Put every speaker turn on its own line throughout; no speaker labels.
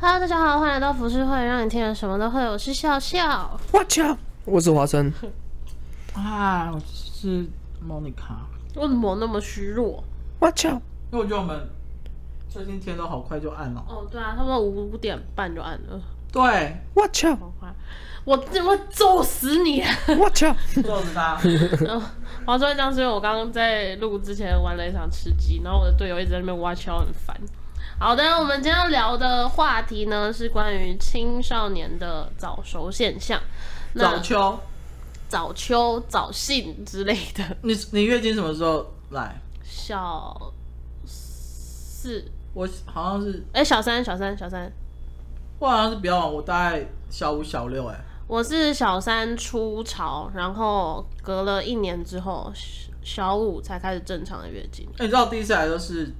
Hello，大家好，欢迎来到服饰会，让你听了什么都会。我是笑笑，
Watch out！我是华生，
啊，我是 Monica，
为什么那么虚弱？
Watch out！
因为我觉得我们最近天都好快就暗了。
哦，对啊，差不多五点半就按了，
对，
Watch out！
好快！我我揍死你！
Watch out！
就是他。
然后我说这样，是因为我刚刚在录之前玩了一场吃鸡，然后我的队友一直在那边挖敲，很烦。好的，我们今天要聊的话题呢是关于青少年的早熟现象， 那
早秋，
早秋、早性之类的。
你你月经什么时候来？
小四，
我好像是，
哎、小三，小三，小三，
我好像是比较晚，我大概小五小六哎、
我是小三出潮，然后隔了一年之后，小小五才开始正常的月经。
哎你知道第一次来的是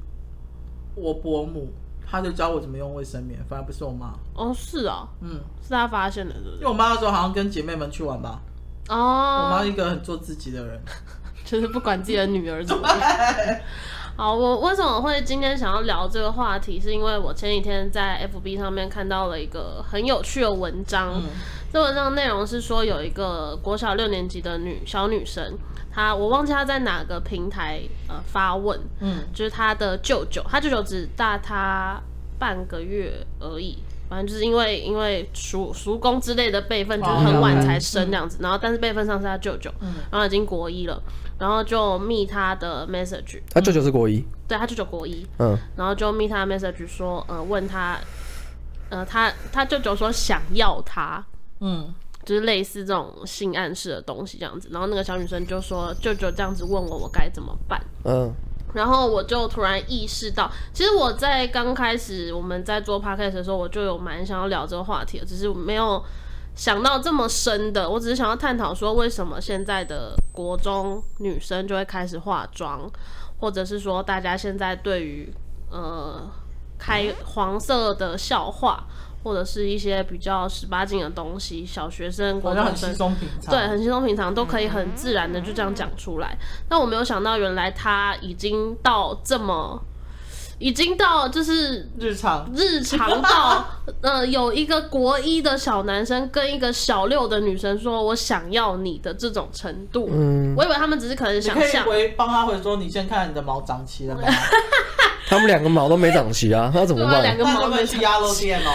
我伯母，她就教我怎么用卫生棉，反而不是我妈。
哦，是哦，
嗯，
是他发现的，是不
因
是？
为我妈那时候好像跟姐妹们去玩吧，我
哦，
妈是一个很做自己的人。
就是不管自己的女儿怎么样。 好，我为什么会今天想要聊这个话题，是因为我前几天在 FB 上面看到了一个很有趣的文章。
嗯，
这文章内容是说有一个国小六年级的女小女生，她我忘记她在哪个平台呃发问，
嗯，
就是她的舅舅，她舅舅只大她半个月而已。反正就是因为因为叔叔公之类的辈分，就是很晚才生这样子，然后但是辈分上是她舅舅，然后已经国一了，然后就密她的 message，
他舅舅是国一，
对她舅舅国一，
嗯，
然后就密她的 message 说，呃，问她，呃，她她舅舅说想要她，
嗯，
就是类似这种性暗示的东西这样子。然后那个小女生就说：“舅舅这样子问我，我该怎么办
嗯，？”
然后我就突然意识到，其实我在刚开始我们在做 podcast 的时候，我就有蛮想要聊这个话题的，只是没有想到这么深的。我只是想要探讨说，为什么现在的国中女生就会开始化妆，或者是说大家现在对于呃开黄色的笑话。或者是一些比较十八禁的东西，小学生、
我
国
觉
中
得很
生
稀松平常。
对，很轻松平常，都可以很自然的就这样讲出来。但我没有想到，原来他已经到这么，已经到就是
日常。
日常到呃，有一个国一的小男生跟一个小六的女生说“我想要你的”这种程度。
嗯，
我以为他们只是可能
你
想
可以
象，
回帮他回说，你先看你的毛长齐 了吗？
他们两个毛都没长齐啊，那怎么
对啊，两
办
个
那
毛
能不
没
能去鸭肉店哦？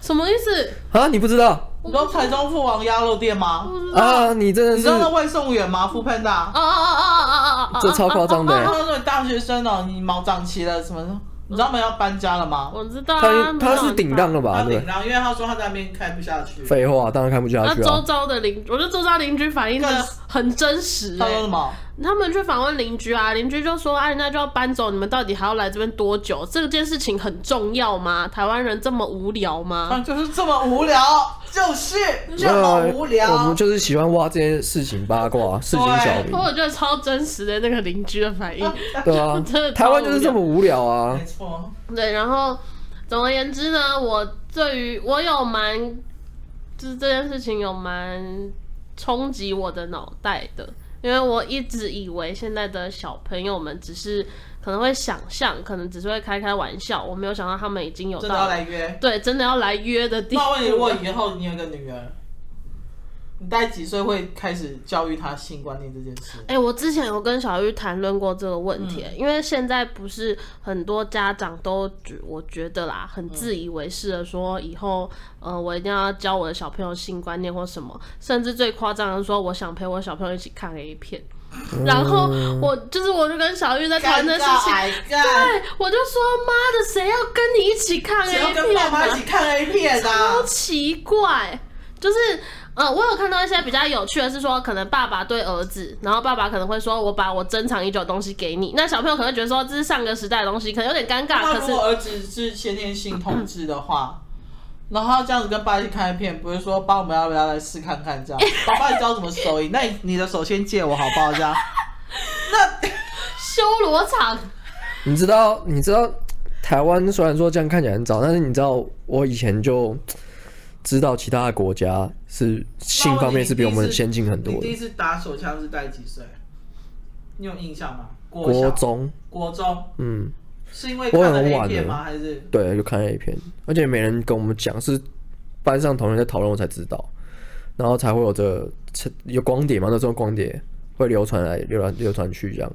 什么意思？
啊？你不知道
你知道台中父王鸭肉店吗？
啊？你真的
你
是
知道那外送员吗？富潘达
哦，哦哦哦哦哦哦哦！
这超夸张的
他
欸，
说你大学生哦，你毛长齐了什么的？你知道他们要搬家了吗？
嗯我知道啊
他，他是顶让了吧？
他
对
领
不对，
然后因为他说他在那边开不下去。
废话，当然看不下
那
去
周
啊。
遭的邻，我觉得周遭邻居反映的很真实、
他说
欸
什。么？
他们去访问邻居啊，邻居就说：“哎、那就要搬走，你们到底还要来这边多久？这件事情很重要吗？台湾人这么无聊
他
吗
就是这么无聊，就是这
对啊
么无聊。
我们就是喜欢挖这些事情八卦、事情小？”
不
民
过，我觉得超真实的那个邻居的反应。
对啊
真的超无聊，
台湾就是这么无聊啊
没。错，
对，然后总而言之呢，我对于我有蛮，就是这件事情有蛮冲击我的脑袋的，因为我一直以为现在的小朋友们只是可能会想象，可能只是会开开玩笑，我没有想到他们已经有
真的要
到
来约。
对，真的要来约的地
那我
方。
问你，如果以后你有个女儿，你大概几岁会开始教育她性观念这件事？
哎、我之前有跟小玉谈论过这个问题、
嗯
因为现在不是很多家长都觉，我觉得啦，很自以为是的说，以后呃，我一定要教我的小朋友性观念或什么，甚至最夸张的说，我想陪我小朋友一起看 A 片。然后我就是，我就跟小玉 在谈这事情，
哎干，
对，我就说妈的，谁要跟你一起看
谁要
A
跟
片、
爸
啊？
妈一起看 A 片啊
超？奇怪，就是呃，我有看到一些比较有趣的是说，可能爸爸对儿子，然后爸爸可能会说：“我把我珍藏已久的东西给你。”那小朋友可能会觉得说这是上个时代的东西，可能有点尴尬。
那
可
如
是
果儿子是先天性同志的话，然后他这样子跟爸一起看 A 片，不是说爸我们要不要来试看看这样？爸爸你知道怎么手淫？那你你的手先借我好不好？这样，
修罗场，
你知道，你知道，台湾虽然说这样看起来很早，但是你知道，我以前就知道其他的国家是性方面是比我们先进很
你
多
第一
的。
次打手枪是在几岁？你有印象吗？国
国
小、
中，
国中，
嗯，
是因为
我
看
很晚
了 A
了
片吗？还是
对，就看 A 片，而且没人跟我们讲，是班上同学在讨论，我才知道，然后才会有这个有光碟嘛，那时候光碟会流传来流传流传去这样。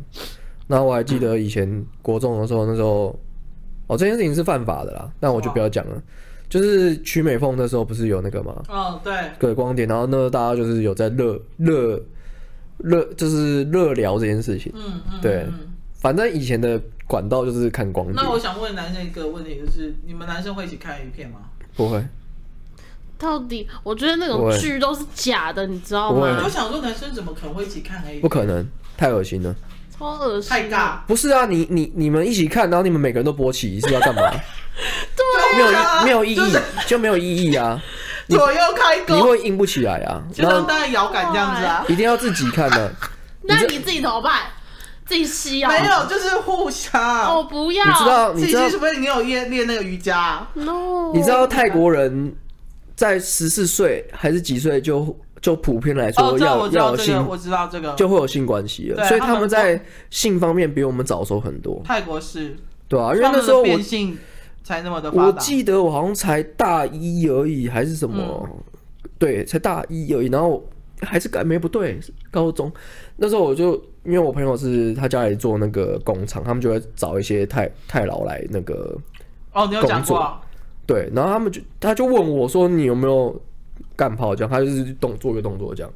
那我还记得以前国中的时候，那时候哦这件事情是犯法的啦，那我就不要讲了。就是曲美凤那时候不是有那个吗？
嗯，对，
对光碟，然后呢，大家就是有在热热热，就是热聊这件事情。
嗯嗯，
对
嗯
反正以前的管道就是看光碟，
那我想问男生一个问题，就是你们男生会一起看 A 片吗？
不会，
到底我觉得那
不
种
会
剧都是假的，你知道
不会
吗
我？想说，男生怎么可能会一起看 A
不
片？
可能，太恶心了。
超恶心，
太尬。
不是啊，你你你们一起看，然后你们每个人都勃起，是要 干嘛？没有
对啊
没有意义
就是，
就没有意义 啊！
左右开
你
弓，
会硬不起来啊，
就
然
像
后
当然摇杆这样子啊。
一定要自己看 的、
那
这
你自己怎么办？自己吸药？
没有，就是互相。
我不要。
你知道你
啊自己
知道
去是不是你有练练那个瑜伽啊？
？No，
你知道泰国人在十四岁还是几岁就就普遍来
哦，
说
这
要、
我知
要
道
有
这个，
性
我知道这个。
就会有性关系了，
对
所以
他们
他们在性方面比我们早熟很多，
泰国是，
对啊，因为
他
那
们
时候
的
我
变性才那么的发
我
达。
记得我好像才大一而已，还是什么？
嗯
对，才大一而已。然后还是没不对，是高中那时候我就因为我朋友是他家里做那个工厂，他们就会找一些太太老来那个
哦，你有讲
工作
过啊，
对，然后他们就他就问我说你有没有干炮这样，他就是动做一个动作这样，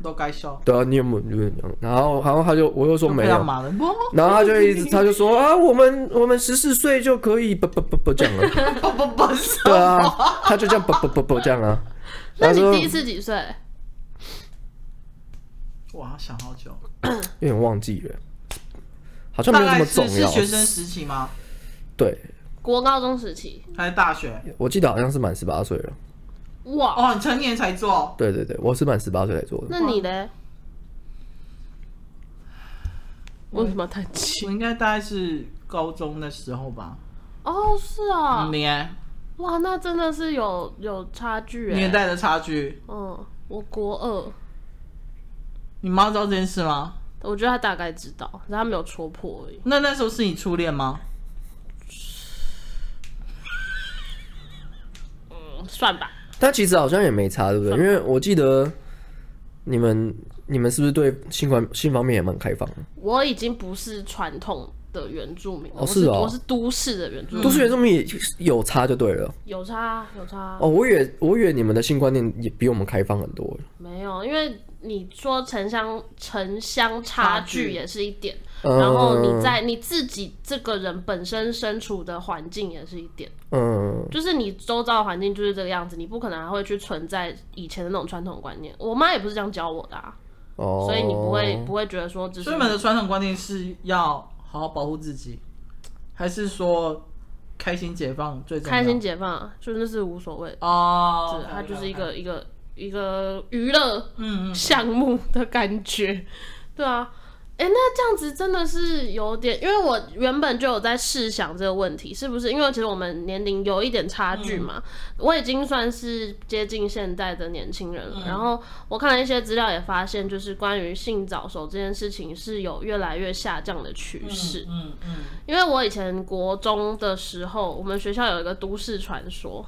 都该笑。
对啊，你有没有就是这样？然后然后他就我又说
就
没
被他
有。
骂了，不
然后他就一直，他就说啊，我们我们十四岁就可以不不不不这样了，
不不不是。
对啊，他就这样不不不不这样啊。
那你
他说
第一次几岁？
哇，想好久。
有点忘记了，好像
大
没有这
概
么
是
重
是
要。
学生时期吗？
对，
国高中时期？
还是大学？
我记得好像是满十八岁了。
哇，
哦，你成年才做。
对对对，我是满十八岁才做的。
那你嘞？为什么要叹气？
我应该大概是高中的时候吧。
哦，是啊，
你哎，
哇，那真的是有有差距哎、
年代的差距，
嗯，我国二，
你妈知道这件事吗？
我觉得他大概知道，可是他没有戳破而已。
那那时候是你初恋吗？
嗯，算吧。
但其实好像也没差，对不
嗯
对？因为我记得你们你们是不是对性方性方面也蛮开放的？
我已经不是传统的原住民了，
哦
我
是哦
我是都市的原住民，
都市原住民也有差就对了。
有差啊有差啊，
哦，我以为我以为你们的性观念也比我们开放很多。
没有，因为你说城乡城乡差
差距
距也是一点，
嗯
然后你在你自己这个人本身身处的环境也是一点，
嗯，
就是你周遭的环境就是这个样子，你不可能还会去存在以前的那种传统观念。我妈也不是这样教我的、啊，
哦，
所以你不会不会觉得说只是
所以你们的传统观念是要好好保护自己，还是说开心解放最重要？
开心解放啊，就是是无所谓的，
哦，
它就是一个一个一个娱乐
嗯嗯
项目的感觉，对啊。哎、那这样子真的是有点，因为我原本就有在试想这个问题，是不是？因为其实我们年龄有一点差
嗯
距嘛，我已经算是接近现代的年轻人
嗯
了。然后我看了一些资料，也发现就是关于性早熟这件事情是有越来越下降的趋势。
嗯嗯，
因为我以前国中的时候，我们学校有一个都市传说，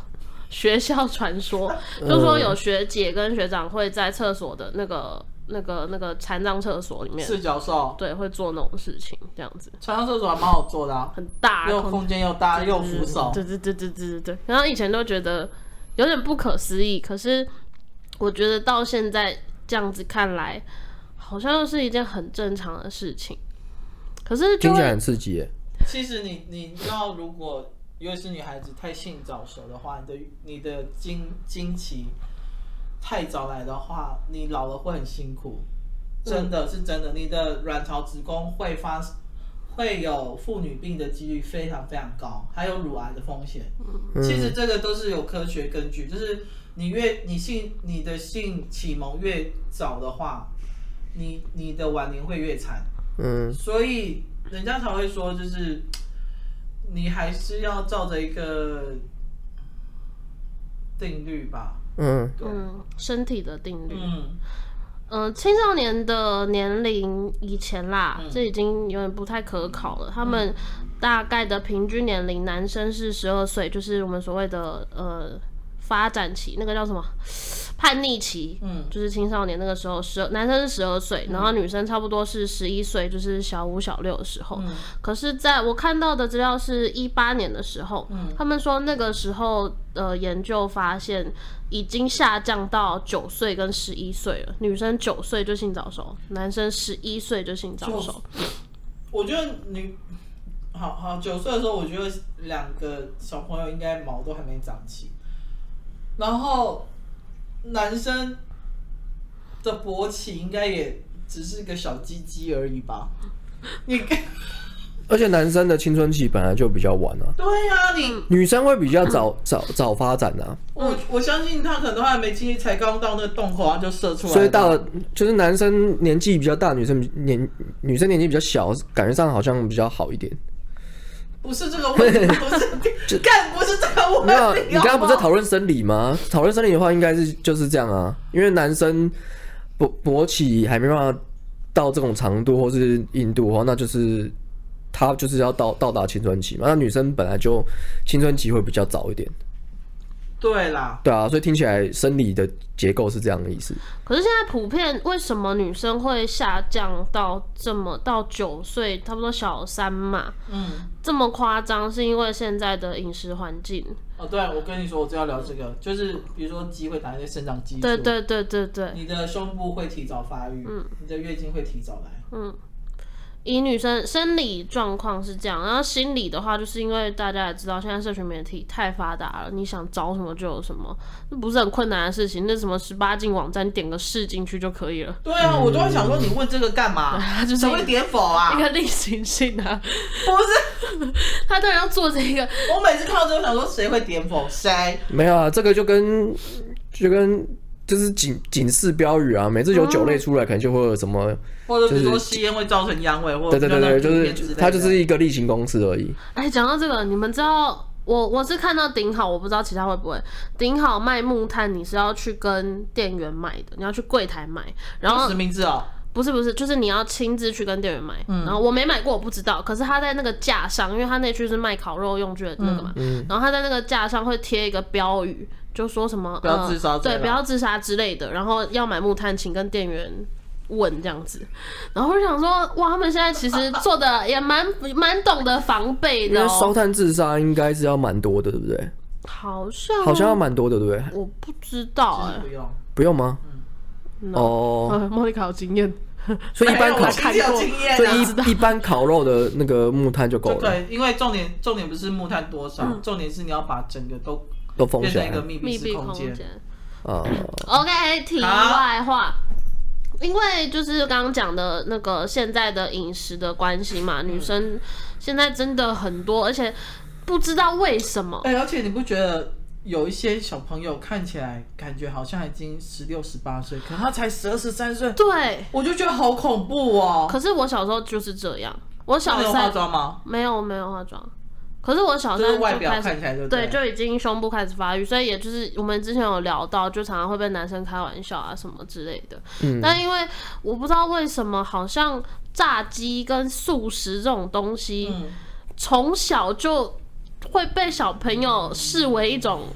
学校传说，就说有学姐跟学长会在厕所的那个、那个、那个残障厕所里面，
四角兽，
对，会做那种事情，这样子
传统厕所还蛮好做的、啊，
很大
又
空
空间又大又扶手，
对对对对对对对。然后以前都觉得有点不可思议，可是我觉得到现在这样子看来，好像是一件很正常的事情。可是就
听起
会
来很刺激耶。
其实你你知道，如果尤其是女孩子太性早熟的话，你的你的经经期太早来的话，你老了会很辛苦，真的是真的，你的卵巢子宫会发会有妇女病的几率非常非常高，还有乳癌的风险。
嗯
嗯
其实这个都是有科学根据，就是你越你性你的性启蒙越早的话，你你的晚年会越惨。
嗯，
所以人家才会说，就是你还是要照着一个定律吧。
嗯，
嗯嗯身体的定律。
嗯，
呃，青少年的年龄以前啦，
嗯
这已经有点不太可考了。他们大概的平均年龄，男生是十二岁，就是我们所谓的呃发展期，那个叫什么叛逆期，
嗯
就是青少年那个时候，十男生是十二岁，然后女生差不多是十一岁，就是小五小六的时候。
嗯
可是在我看到的资料是一八年的时候，
嗯
他们说那个时候呃研究发现已经下降到九岁跟十一岁了，女生九岁就性早熟，男生十一岁就性早熟。
我觉得你好好九岁的时候，我觉得两个小朋友应该毛都还没长齐，然后男生的勃起应该也只是个小鸡鸡而已 吧？你看，
而且男生的青春期本来就比较晚啊，
对呀、你
女生会比较早早早发展啊，
我我相信他可能都还没经历，才刚到那个洞口，然后啊就射出来了，
所以到了就是男生年纪比较大，女生比年女生年纪比较小，感觉上好像比较好一点。
不是这个问题，不 是干不是这个问题。哦
没有，啊你刚刚不是在
好好
讨论生理吗？讨论生理的话，应该是就是这样啊，因为男生勃勃起还没办法到这种长度或是硬度的话，那就是他就是要到到达青春期嘛。那女生本来就青春期会比较早一点，
对啦，
对啊，所以听起来生理的结构是这样的意思。
可是现在普遍为什么女生会下降到这么到九岁，差不多小三嘛，
嗯，
这么夸张，是因为现在的饮食环境。
哦，对，我跟你说，我就要聊这个，就是比如说鸡会打一些生长激素，
对对对对对，
你的胸部会提早发育，
嗯
你的月经会提早来。
以女生生理状况是这样，然后心理的话，就是因为大家也知道，现在社群媒体太发达了，你想找什么就有什么，那不是很困难的事情。那什么十八禁网站，你点个试进去就可以了，
对啊，我都会想说你问这个干嘛？
就是
谁会点否啊？
一个例行性啊。
不
他当然要做这个，
是， 我每次看到这个想说谁会点否？谁？
没有啊，这个就跟就跟就是警警示标语啊，每次有酒类出来，可能就会有什么，
或者比如说
就是
吸烟会造成阳痿，或
对
者
对对对，就
尿道
是
炎
它就
之类
是一个例行公事而已。
哎，讲到这个，你们知道我我是看到顶好，我不知道其他会不会。顶好卖木炭，你是要去跟店员买的，你要去柜台买，然
的
后
实名制哦。
不是不是，就是你要亲自去跟店员买。
嗯
然后我没买过，我不知道。可是他在那个架上，因为他那区是卖烤肉用具的那个嘛，
嗯
然后他在那个架上会贴一个标语，就说什么
不要自杀
呃、
之类
对，
的
不要自杀之类的。然后要买木炭，请跟店员。问这样子，然后我就想说，哇，他们现在其实做的也蛮蛮懂得防备
因
的、
为烧
哦，
炭自杀应该是要蛮多的，对不对？
好像
好像要蛮多的，对不对？
我不知道
就是
哎、
哦不用，
不用吗？
呃
哦，
莫妮卡有经验，
所以一般
没有哎我
烤，
亲自有经验
所
啊，
以一一般烤肉的那个木炭就够
就可
了，
以，因为重点重点不是木炭多
嗯
少，重点是你要把整个都
都封
变
起
成
来
一个密
密
闭式
闭
空
空
间。
间。
啊。
OK，题
好
外话，因为就是刚刚讲的那个现在的饮食的关系嘛，
嗯
女生现在真的很多，而且不知道为什么。
哎、而且你不觉得有一些小朋友看起来感觉好像已经十六、十八岁，可能他才十二、十三岁，
对，
我就觉得好恐怖哦。
可是我小时候就是这样，我
那
小
你有化
三
妆吗？
没有没有化妆，可是我小
就是
三
外
就
表
开始
看起来就
对，
对，
就已经胸部开始发育，所以也就是我们之前有聊到，就常常会被男生开玩笑啊什么之类的。
嗯
但因为我不知道为什么，好像炸鸡跟素食这种东西，
嗯，
从、小就会被小朋友视为一种。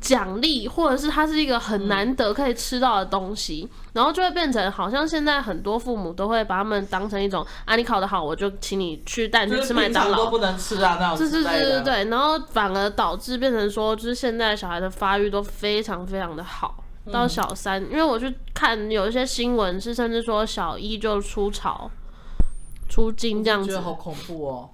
奖励，或者是它是一个很难得可以吃到的东西，然后就会变成好像现在很多父母都会把他们当成一种啊，你考得好，我就请你去带你
就
去
是
吃麦
平常
当劳
都，不能吃啊，那种
对
之
对
类
对
的
对对，然后反而导致变成说，就是现在小孩的发育都非常非常的好，
嗯
到小三，因为我去看有一些新闻是，甚至说小一就出潮、出京这样
我觉
子
得，好恐怖哦。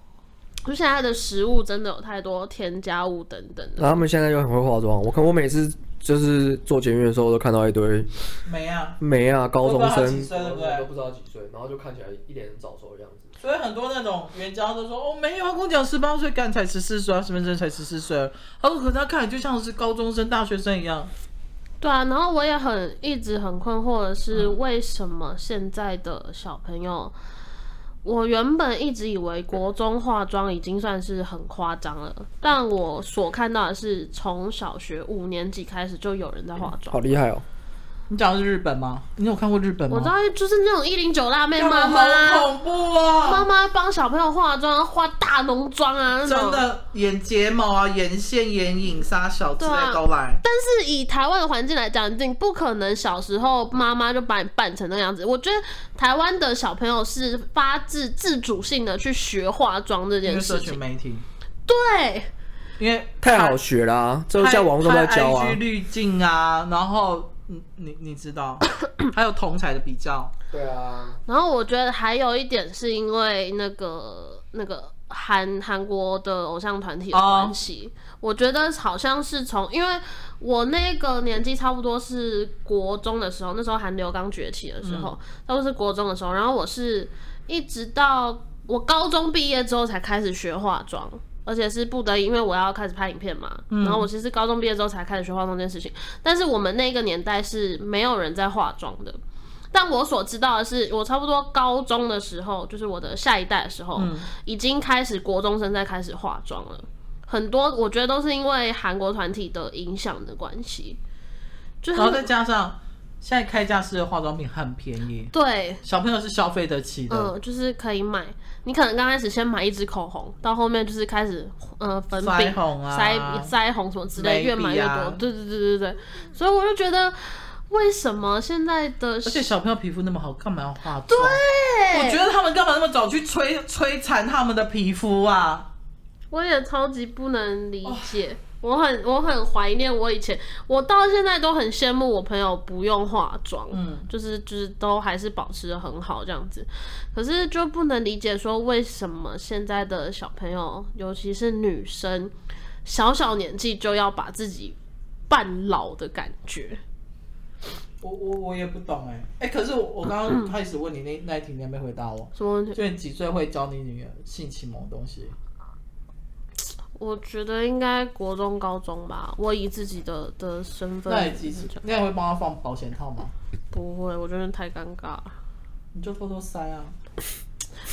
就现在的食物真的有太多添加物等等的。
然后他们现在又很会化妆，我看我每次就是做节目的时候都看到一堆
没啊，
美啊高中
我不知道他几
生，
岁对不对？
知道几岁，然后就看起来一脸早熟的样子。
所以很多那种援交都说，哦，没有，他跟我讲十八岁，干才十四岁，他身份证才十四岁，他说可他看起来就像是高中生、大学生一样。
对啊，然后我也很一直很困惑的是，为什么现在的小朋友，我原本一直以为国中化妆已经算是很夸张了，但
嗯
我所看到的是，从小学五年级开始就有人在化妆，
好厉害哦！
你讲的是日本吗？你有看过日本吗？
我知道，就是那种一零九辣妹妈
好
妈，
恐怖啊！
妈妈帮小朋友化妆，化大浓妆啊，那
真
种。
的眼睫毛啊、眼线、眼影、杀小之类
对啊
都来。
但是以台湾的环境来讲，你不可能小时候妈妈就把你扮成那个样子。我觉得台湾的小朋友是发自自主性的去学化妆这
因
件
为社
事
群
情。
媒体，
对，
因为
太好学啊啦、这像网络上
拍
都在教啊
拍 IG。滤镜啊，然后嗯你你 知道，还有同彩的比较，
对啊，
然后我觉得还有一点是因为那个那个韩韩国的偶像团体的
哦
关系我觉得好像是从因为我那个年纪差不多是国中的时候，那时候韩流刚崛起的时候，差不多是国中的时候，然后我是一直到我高中毕业之后才开始学化妆。而且是不得已，因为我要开始拍影片嘛。然后我其实高中毕业之后才开始学化妆这件事情，但是我们那个年代是没有人在化妆的。但我所知道的是，我差不多高中的时候，就是我的下一代的时候，
嗯
已经开始国中生在开始化妆了。很多我觉得都是因为韩国团体的影响的关系，就是
然后再加上现在开架式的化妆品很便宜，
对，
小朋友是消费得起的。
嗯，就是可以买。你可能刚开始先买一支口红，到后面就是开始呃粉饼、
腮红啊
腮腮红什么之类，
眉笔啊
越买越多。对对对对对，所以我就觉得为什么现在的
而且小朋友皮肤那么好，干嘛要化妆？
对
我觉得他们干嘛那么早去摧摧残他们的皮肤啊？
我也超级不能理解。我很我很怀念我以前，我到现在都很羡慕我朋友不用化妆，
嗯
就是就是都还是保持的很好这样子。可是就不能理解说为什么现在的小朋友，尤其是女生，小小年纪就要把自己扮老的感觉。
我我我也不懂哎、哎、可是我我刚刚开始问你那那一题，你还没回答我。
什么问题？
就你几岁会教你女儿性启蒙的东西？
我觉得应该国中、高中吧。我以自己的的身
嗯
份
那你几岁？那你会帮她放保险套吗？
不会，我觉得太尴尬了。
你就偷偷塞啊！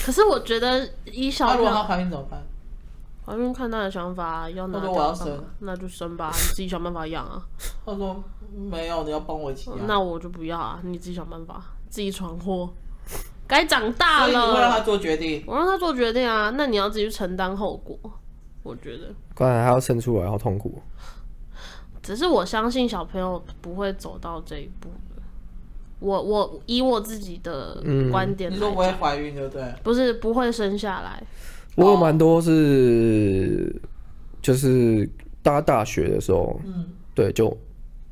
可是我觉得以小
那
朋
如
友
果她怀孕怎么办？
怀孕看他的想法，要拿
他
掉
说我要
干嘛
生
那就生 吧，你自己想办法养啊。
她说没有，你要帮我一起啊养。
嗯那我就不要啊，你自己想办法，自己闯 祸。该长大
所以你会让她
了，
做决定。
我让他做决定啊。那你要自己去承担后果，我觉得。
刚才还要生出来，好痛苦。哦
哦只是我相信小朋友不会走到这一步的。我我以我自己的观点
你
来
说
讲，
不会怀孕，对不对？
不是不会生下来，
我有蛮多是，就是大家大学的时候，
嗯，
对，就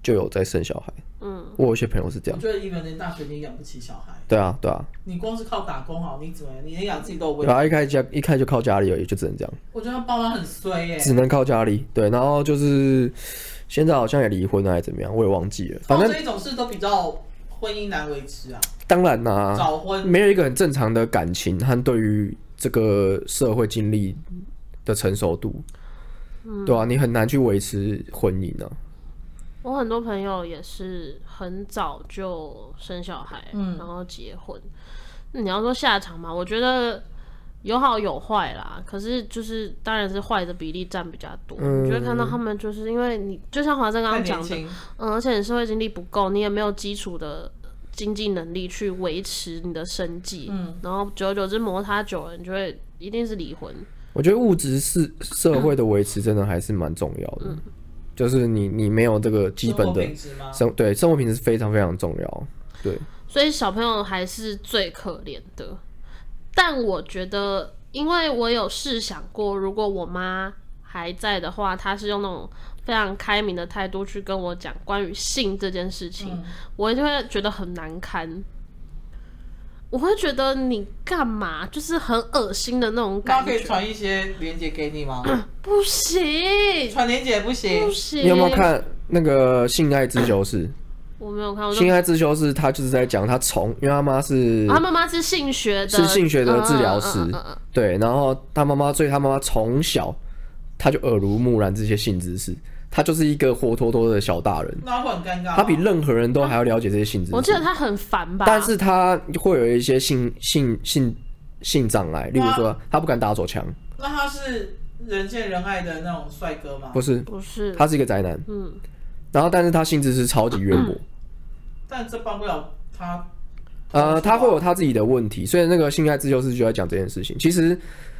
就有在生小孩。
嗯，
我有一些朋友是这
我
样。
觉得一个人大学你养不起小孩，
对啊，对啊，
你光是靠打工好，你怎么样？你连养自己都有问
然
题。
后一开始家一开始就靠家里而已，就只能这样，
我觉得爸妈很衰耶、
只能靠家里。对，然后就是现在好像也离婚啊了，还是怎么样，我也忘记了。反
像
哦
正
这一种事都比较婚姻难维持啊，
当然啦、
早婚
没有一个很正常的感情和对于这个社会经历的成熟度，对啊，你很难去维持婚姻啊。
我很多朋友也是很早就生小孩，
嗯
然后结婚。那你要说下场嘛，我觉得有好有坏啦。可是就是当然是坏的比例占比较多。
嗯
你就会看到他们就是因为你就像华正刚
太
刚
年
讲的，
轻，
嗯，而且你社会经历不够，你也没有基础的经济能力去维持你的生计，
嗯
然后久而久之摩擦久了，你就会一定是离婚。
我觉得物质是社会的维持真的还是蛮重要的，就是你你没有这个基本
嗯生活
的
品质吗？
生对生活品质是非常非常重要。对，
所以小朋友还是最可怜的。但我觉得，因为我有试想过，如果我妈还在的话，她是用那种非常开明的态度去跟我讲关于性这件事情，
嗯
我就会觉得很难堪。我会觉得你干嘛，就是很恶心的那种
那
感
可以
觉。
传一些链接给你吗？
不行，
传链接不行
不，行。
你有没有？看那个《性爱之修士》？
我没有看，我
《
就
性爱之修士》他就是在讲他从，因为他妈是
啊，妈妈是性学的，
是性学的治疗
嗯
师
嗯嗯嗯嗯
对，然后他妈妈，所以他妈妈从小他就耳濡目染这些性知识，他就是一个活脱脱的小大人，
那会很尴尬吗。
他比任何人都还要了解这些性知
我记
识，
得她很烦吧？
但是他会有一些性性性性障碍，例如说他不敢打手枪，
那他是人见人爱的那种帅哥吗？
不是，
不是
他是一个宅男，
嗯，
然后但是他性知识超级渊博，
但这帮不了他。
呃，他会有他自己的问题，所以那个性爱自修室就在讲这件事情。其实，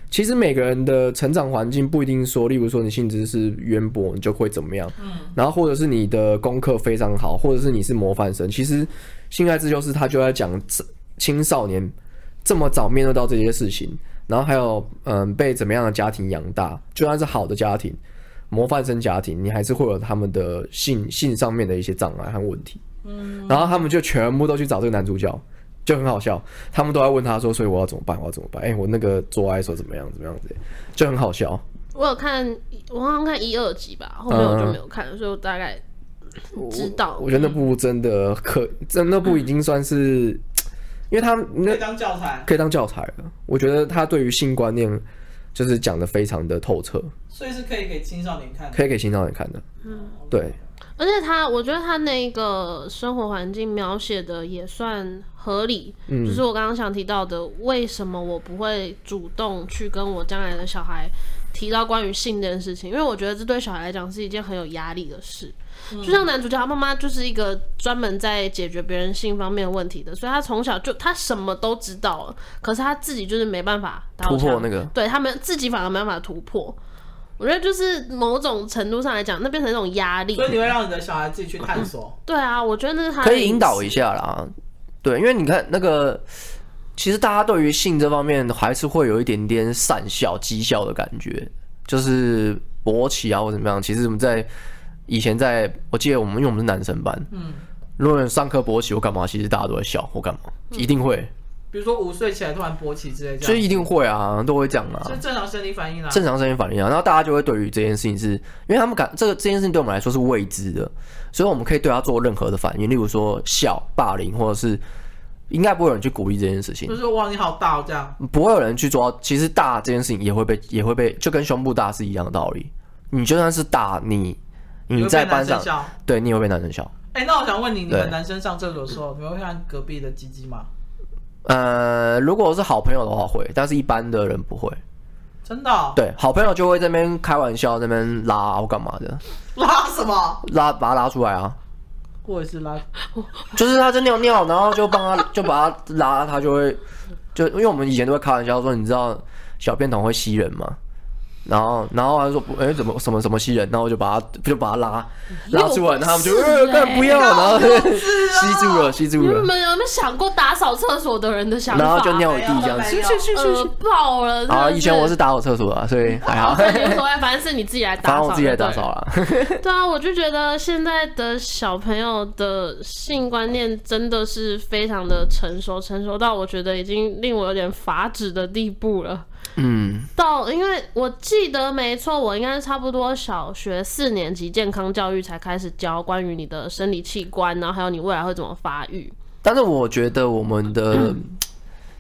其实每个人的成长环境不一定说，例如说你性知识渊博，你就会怎么样，然后或者是你的功课非常好，或者是你是模范生。其实，性爱自修室他就在讲这青少年这么早面对到这些事情，然后还有嗯被怎么样的家庭养大，就算是好的家庭，模范生家庭，你还是会有他们的性性上面的一些障碍和问题。然后他们就全部都去找这个男主角，就很好笑。他们都在问他说：“所以我要怎么办？我要怎么办？哎、我那个做爱的时候怎么样？怎么样子？”就很好笑。
我有看，我好像看一二集吧，后面我就没有看，
嗯
所以我大概知道。
我觉得那部真的可，真那部已经算是，因为他
可
那
以当教材，
可以当教材了。我觉得他对于性观念就是讲的非常的透彻，
所以是可以给青少年看的。
可以给青少年看的。对，
而且他，我觉得他那个生活环境描写的也算合理，
嗯
就是我刚刚想提到的，为什么我不会主动去跟我将来的小孩提到关于性这件事情？因为我觉得这对小孩来讲是一件很有压力的事。
嗯
就像男主角他妈妈就是一个专门在解决别人性方面的问题的，所以他从小就他什么都知道了，可是他自己就是没办法打
突破
墙
那个
对他们自己反而没办法突破。我觉得就是某种程度上来讲，那变成一种压力。
所以你会让你的小孩自己去探索。
对啊，我觉得那是他
可以引导
一
一下啦。对，因为你看那个，其实大家对于性这方面还是会有一点点善笑、讥笑的感觉，就是勃起啊或怎么样。其实我们在以前在，我记得我们因为我们是男生班，嗯，如果有人上课勃起或干嘛，其实大家都会笑或干嘛，一定会，
比如说五岁起来突然勃起之类这
所以
样，
一定会啊，都会这样
这
啊
是，正常生理反应啦。
正常生理反应啊。然后大家就会对于这件事情是，因为他们感这个这件事情对我们来说是未知的，所以我们可以对他做任何的反应，例如说笑、霸凌，或者是应该不会有人去鼓励这件事情
就，是哇，你好大哦，这样。
不会有人去抓。其实大这件事情也会被也会被，就跟胸部大是一样的道理。你就算是大，你你嗯在班上
有没有被男生，笑
对你也会被男生笑。
哎、那我想问你，你
对
们男生上厕所的时候，你们会看隔壁的鸡鸡吗？
呃，如果是好朋友的话会，但是一般的人不会。
真的哦、
对，好朋友就会在那边开玩笑，在那边拉或干嘛的，
拉什么？
拉把他拉出来啊。
或者是拉？
就是他在尿尿，然后就帮他就把他拉，他就会就因为我们以前都会开玩笑说，你知道小便桶会吸人吗？然后，然后他说，哎、怎么什么什么吸人？然后我就把他就把他拉拉出来，然后他们就
有
呃，
事欸
干不要，然后 吸住了，吸
你
住了，
们有没有想过打扫厕所的人的想法？
然后就尿一地这样
没
子
有没有。
呃爆了。真的
啊，以前我是打扫厕所啊，所以还好
哦，所以无所谓，反正是你自己来打扫，
反正我自己来打扫。啦。
对啊，我就觉得现在的小朋友的性观念真的是非常的成熟，成熟到我觉得已经令我有点发指的地步了。
嗯，
到，因为我记得没错，我应该是差不多小学四年级健康教育才开始教关于你的生理器官，然后还有你未来会怎么发育。
但是我觉得我们的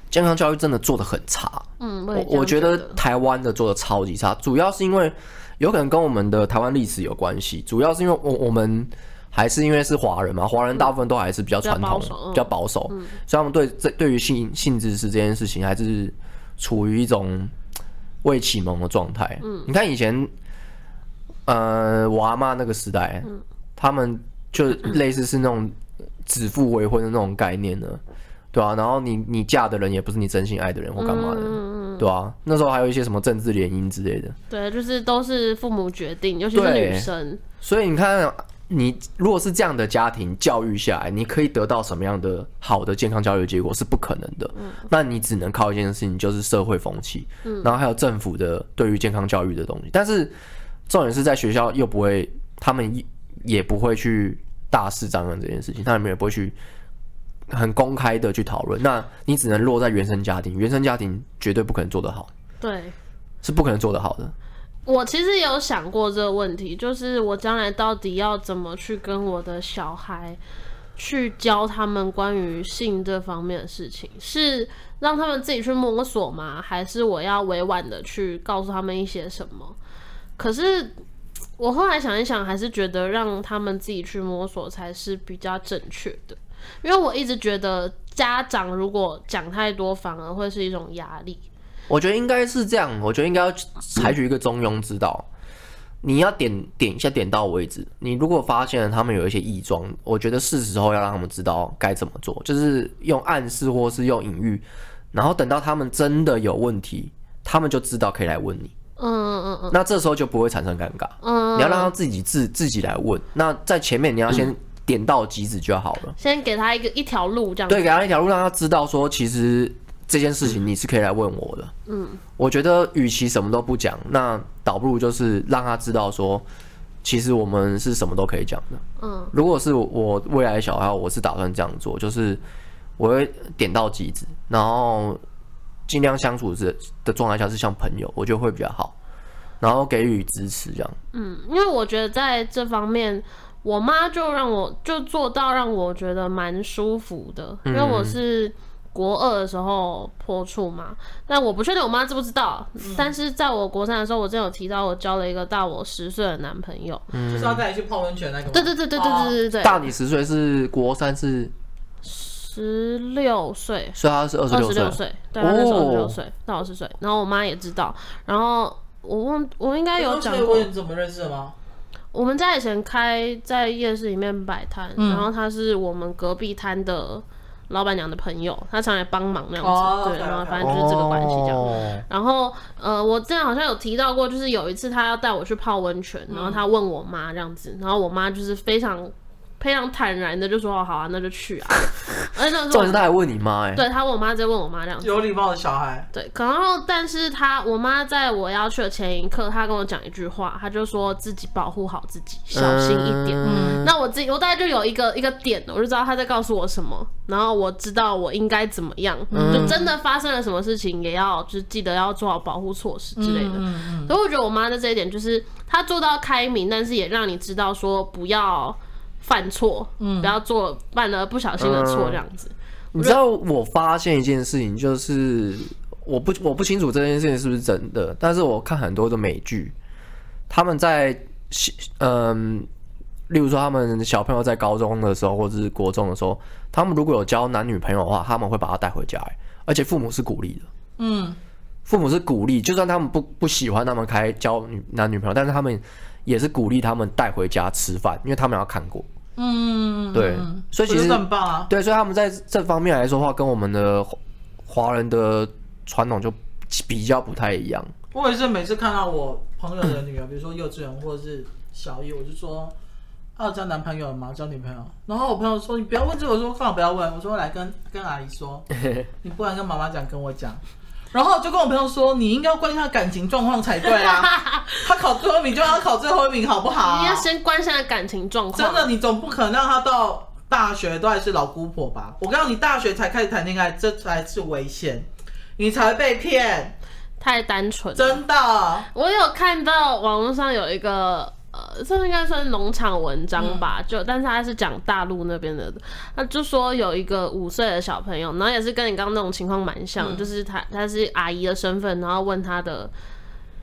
健康教育真的做的很差。
嗯，我也这
我
样
我觉
觉
得台湾的做的超级差，主要是因为有可能跟我们的台湾历史有关系，主要是因为我我们还是因为是华人嘛，华人大部分都还是比较传统
嗯比较保守嗯，
比较保守，所以他们对这对于性性知识这件事情还是处于一种未启蒙的状态。嗯，你看以前，呃，我阿妈那个时代，
嗯
他们就类似是那种指腹为婚的那种概念呢。对啊，然后你你嫁的人也不是你真心爱的人或干
嗯
嘛的，对啊，那时候还有一些什么政治联姻之类的，
对，就是都是父母决定，尤其是
对
女生。
所以你看，你如果是这样的家庭教育下来，你可以得到什么样的好的健康教育结果是不可能的。那你只能靠一件事情，就是社会风气，然后还有政府的对于健康教育的东西。但是重点是在学校又不会，他们也也不会去大肆张扬这件事情，他们也不会去。很公开的去讨论，那你只能落在原生家庭，原生家庭绝对不可能做得好，
对
是不可能做得好的。
我其实也有想过这个问题，就是我将来到底要怎么去跟我的小孩去教他们关于性这方面的事情，是让他们自己去摸索吗？还是我要委婉的去告诉他们一些什么？可是我后来想一想，还是觉得让他们自己去摸索才是比较正确的，因为我一直觉得家长如果讲太多，反而会是一种压力。
我觉得应该是这样，我觉得应该要采取一个中庸之道，你要点点一下，点到为止。你如果发现他们有一些异状，我觉得是时候要让他们知道该怎么做，就是用暗示或是用隐喻，然后等到他们真的有问题，他们就知道可以来问你。
嗯嗯嗯
那这时候就不会产生尴尬。
嗯，
你要让他自己自自己来问。那在前面你要先点到即止就好了。
先给他一个一条路这样子。
对，给他一条路，让他知道说，其实这件事情你是可以来问我的。嗯，我觉得与其什么都不讲，那倒不如就是让他知道说，其实我们是什么都可以讲的。
嗯，
如果是我未来的小孩，我是打算这样做，就是我会点到即止，然后尽量相处是的状态下是像朋友，我觉得会比较好，然后给予支持这样。
嗯，因为我觉得在这方面，我妈就让我就做到让我觉得蛮舒服的，因为
嗯
我是国二的时候破处嘛，但我不确定我妈知不知道。
嗯
但是在我国三的时候，我之前有提到我交了一个大我十岁的男朋友。
嗯
就是要带你去泡温泉那个吗？
对对对对对对对对对，
大你十岁是国三是，
十六岁。
所以他是二十
二
六
十
岁
六。岁，对，啊他那时候二十
哦
六岁，大我十岁，然后我妈也知道，然后我问，我应该
哎，
有
有
讲
讲
过
过，你怎么认识的吗？
我们家以前开在夜市里面摆摊，然后他是我们隔壁摊的老板娘的朋友，他常来帮忙那样子，
哦
对，
OK，OK
然后反正就是这个关系这样。
哦
然后呃，我之前好像有提到过，就是有一次他要带我去泡温泉，然后他问我妈这样子，然后我妈就是非常非常坦然的就说哦好啊，那就去啊， 而且那时候
重点是他还问你妈哎、
对他问我妈直接问我妈这样子。
有礼貌的小孩，
对，然后但是他我妈在我要去的前一刻，她跟我讲一句话，她就说自己保护好自己，小心一点。
嗯
那我自己我大概就有一个一个点，我就知道她在告诉我什么，然后我知道我应该怎么样，
嗯
就真的发生了什么事情，也要就是记得要做好保护措施之类的。
嗯
所以我觉得我妈在这一点就是她做到开明，但是也让你知道说不要犯错，
嗯
不要做犯了不小心的错这样子。
你知道
嗯
我发现一件事情，就是我不我不清楚这件事情是不是真的，但是我看很多的美剧，他们在嗯，例如说他们小朋友在高中的时候或者是国中的时候，他们如果有交男女朋友的话，他们会把他带回家、欸而且父母是鼓励的。
嗯，
父母是鼓励，就算他们不不喜欢他们开交女男女朋友，但是他们也是鼓励他们带回家吃饭，因为他们要看过。
嗯，
对，所以其
我觉
实
得很棒啊。
对，所以他们在这方面来说的话，跟我们的华华人的传统就比较不太一样。
我也是每次看到我朋友的女儿，比如说幼稚园或者是小一，我就说。她有交男朋友了吗？交女朋友？然后我朋友说：“你不要问这个。”我说：“干嘛不要问？”我说：“来跟跟阿姨 说，你不然跟妈妈讲，跟我讲。”然后就跟我朋友说：“你应该要关心她感情状况才对 啊，她考最后一名就让她考最后一名，好不好？
你要先关心她的感情状况，
真的，你总不可能让她到大学都还是老姑婆吧？我告诉你，大学才开始谈恋爱，这才是危险，你才会被骗，
太单纯了。
真的。
我有看到网络上有一个。呃，这应该算是农场文章
嗯
吧，就但是他是讲大陆那边的，他就说有一个五岁的小朋友，然后也是跟你刚刚那种情况蛮
嗯
像，就是他他是阿姨的身份，然后问他的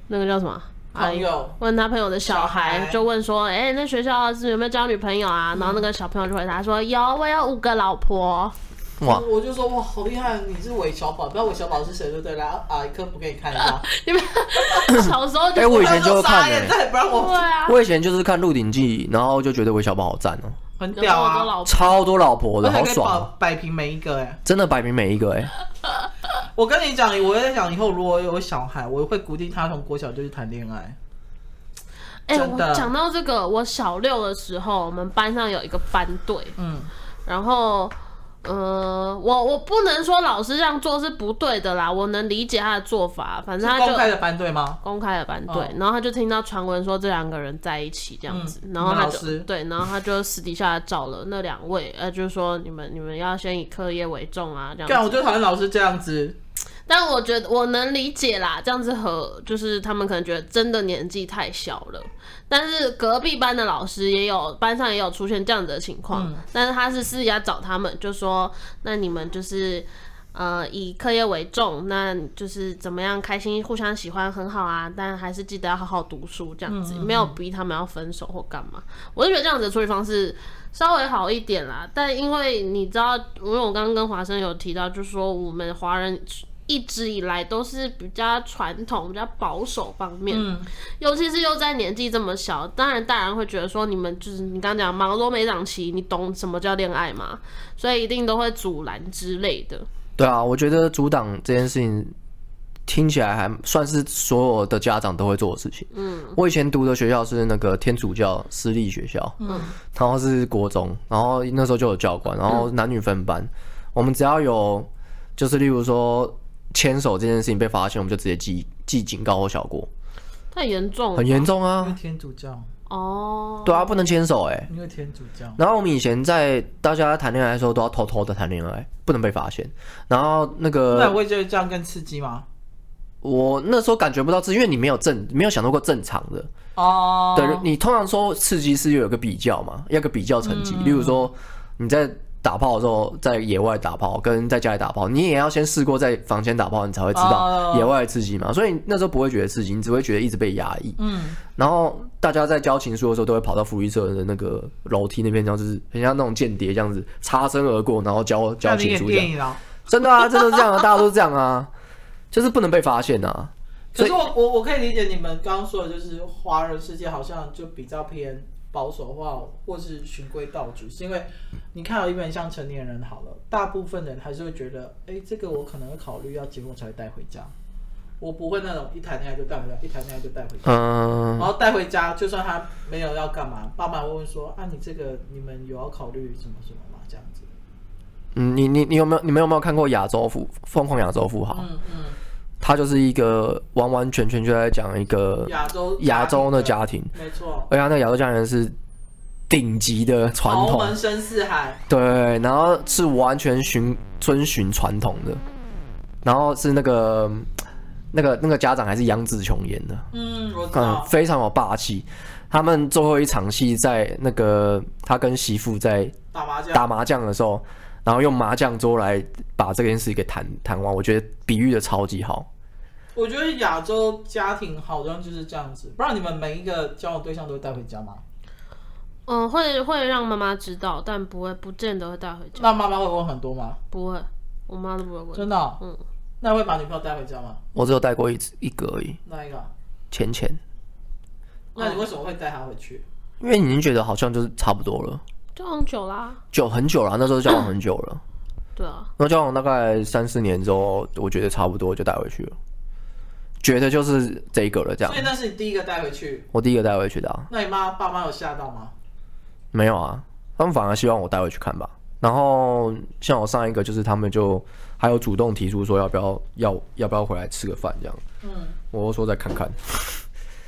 那个叫什么阿
朋
姨，
友，
问他朋友的小孩，
小孩嗯
就问说，哎、那学校是有没有交女朋友啊？然后那个小朋友就回答说，有，我有五个老婆。
哇，
我就说哇，好厉害！你是韦小宝，不知道韦小宝是谁就对了。啊，一刻不可以看一下。
你 们小时候就
哎 我以
他
前就会
说
看
傻
欸
眼，再也不让
对
我
啊，
我以前就是看《鹿鼎记》，然后就觉得韦小宝好赞哦、
很
有
屌
好多
啊，
老婆，
超多老婆的，
而且
好
可以
爽
摆
哦、
摆平每一个哎。
真的摆明每一个哎、
我跟你讲，我在想以后如果有小孩，我会鼓励他从国小就去谈恋爱。
哎、
真
我
的
讲到这个，我小六的时候，我们班上有一个班队，
嗯
然后，呃，我我不能说老师这样做是不对的啦，我能理解他的做法，反正
是
他
公开
就
的班队吗？
公开的班队，
哦
然后他就听到传闻说这两个人在一起这样子，
嗯
然后他
你们老
就
师
对，然后他就私底下找了那两位，呃，就是说你们你们要先以课业为重啊，这样子
对，我就讨厌老师这样子。
但我觉得我能理解啦，这样子和就是他们可能觉得真的年纪太小了。但是隔壁班的老师也有，班上也有出现这样子的情况，但是他是私底下找他们，就说那你们就是。呃，以课业为重，那就是怎么样开心、互相喜欢很好啊，但还是记得要好好读书，这样子、没有逼他们要分手或干嘛。我就觉得这样子的处理方式稍微好一点啦，但因为你知道，因为我刚刚跟华生有提到，就说我们华人一直以来都是比较传统、比较保守方面，
嗯，
尤其是又在年纪这么小，当然大人会觉得说你们就是你刚刚讲忙都没长齐，你懂什么叫恋爱吗？所以一定都会阻拦之类的。
对啊，我觉得阻挡这件事情听起来还算是所有的家长都会做的事情。嗯，我以前读的学校是那个天主教私立学校，嗯，然后是国中，然后那时候就有教官，然后男女分班。我们只要有，就是例如说牵手这件事情被发现，我们就直接记记警告或小过，
太严重了吧，
很严重
因为
啊。
天主教，
哦。
对啊，不能牵手哎、
因为天主教，
然后我们以前在大家谈恋爱的时候，都要偷偷的谈恋爱，不能被发现。然后那
不
个
然我会觉得这样更刺激吗？
我那时候感觉不到刺激，因为你没有正，没有享受过正常的。
哦，
对，你通常说刺激是有一个比较嘛，要个比较成
嗯
绩。例如说你在打炮的时候，在野外打炮跟在家里打炮，你也要先试过在房间打炮，你才会知道
哦
野外的刺激嘛。所以你那时候不会觉得刺激，你只会觉得一直被压抑。
嗯，
然后大家在交情书的时候，都会跑到福利社的那个楼梯那边，然后就是很像那种间谍这样子擦身而过，然后交
那
交
你
情啊
演
书这
电
样。
影了。
真的啊，真的是这样啊，大家都是这样啊，就是不能被发现啊。所
可
以
是我我我可以理解你们刚刚说的，就是华人世界好像就比较偏保守化或是循规蹈矩，是因为你看到一本像成年人好了，大部分人还是会觉得，哎，这个我可能会考虑要结婚才会带回家，我不会那种一谈恋爱就带回家，一谈恋爱就带回家。
嗯
然，后带回家，就算他没有要干嘛，爸妈会问说：“啊，你这个你们有要考虑什么什么吗？”这样子。
嗯，你你你有没有你们有没有看过《亚洲富疯狂亚洲富豪》
嗯嗯，
他就是一个完完全全就在讲一个
亚洲
嗯亚洲的
家
家庭，
庭，没错，
而且他那个亚洲家庭是顶级的传
豪
统，
门深似海，
对，然后是完全循遵循传统的，然后是那个那个那个家长还是杨紫琼演的，
嗯，我
嗯，
知道，
非常有霸气。他们最后一场戏在那个他跟媳妇在
打麻将，
打麻将的时候，然后用麻将桌来把这件事给谈谈完，我觉得比喻的超级好。
我觉得亚洲家庭好像就是这样子，不然你们每一个交往对象都会带回家吗？
嗯，会会让妈妈知道，但不会不见得会带回家，
那妈妈会问很多吗？
不会，我妈都不会问。
真的哦、
嗯
那会把女朋友带回家吗？
我只有带过一次一个而已，
那一个啊？
浅浅，
那
哎
你为什么会带她回去？
因为已经觉得好像就是差不多了，
交往久啦，
久很久了，那时候交往很久了，
对啊，
那交往大概三四年之后，我觉得差不多就带回去了，觉得就是这一个了，这样
所以。那是你第一个带回去，
我第一个带回去的、啊，
那你妈爸妈有吓到吗？
没有啊，他们反而希望我带回去看吧。然后像我上一个，就是他们就还有主动提出说要不要要要不要回来吃个饭这样，
嗯，
我就说再看看。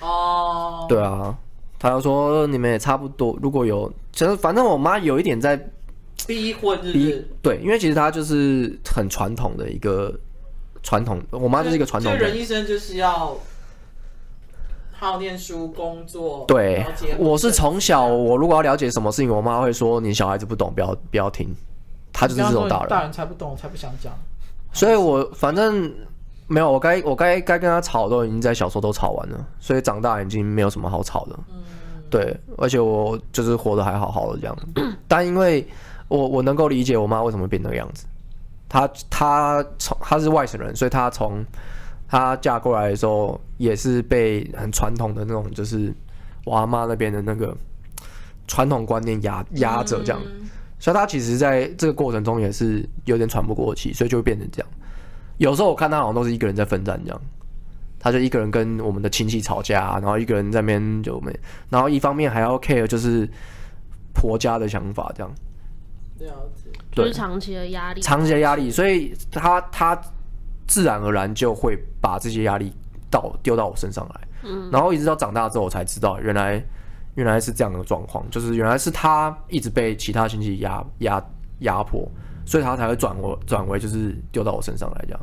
哦，
对啊，他就说你们也差不多，如果有，其实反正我妈有一点在
逼婚是不
逼
是？，
对，因为其实她就是很传统的一个传统，我妈就是一个传统
就
人
人。一生就是要好好念书、工作，
对
然后结，婚
我是从小我如果要了解什么事情，我妈会说你小孩子不懂，不要不要听，她就是这种
你刚
大
刚说你
人
大。人才不懂，才不想讲。
所以我反正没有，我该我该该跟她吵都已经在小时候都吵完了，所以长大已经没有什么好吵的。对，而且我就是活得还好好的这样， 但因为我我能够理解我妈为什么变那个样子，她她从她是外省人，所以她从她嫁过来的时候也是被很传统的那种，就是我阿妈那边的那个传统观念压压着这样，所以她其实在这个过程中也是有点喘不过气，所以就会变成这样。有时候我看她好像都是一个人在奋战这样。他就一个人跟我们的亲戚吵架、然后一个人在那边就没，然后一方面还要 care 就是婆家的想法，这样
了解，
就是
对
长期的压力。
长期的压力，所以他他自然而然就会把这些压力到丢到我身上来，嗯，然后一直到长大之后我才知道，原来原来是这样的状况，就是原来是他一直被其他亲戚压压压迫，所以他才会转我转为就是丢到我身上来这样，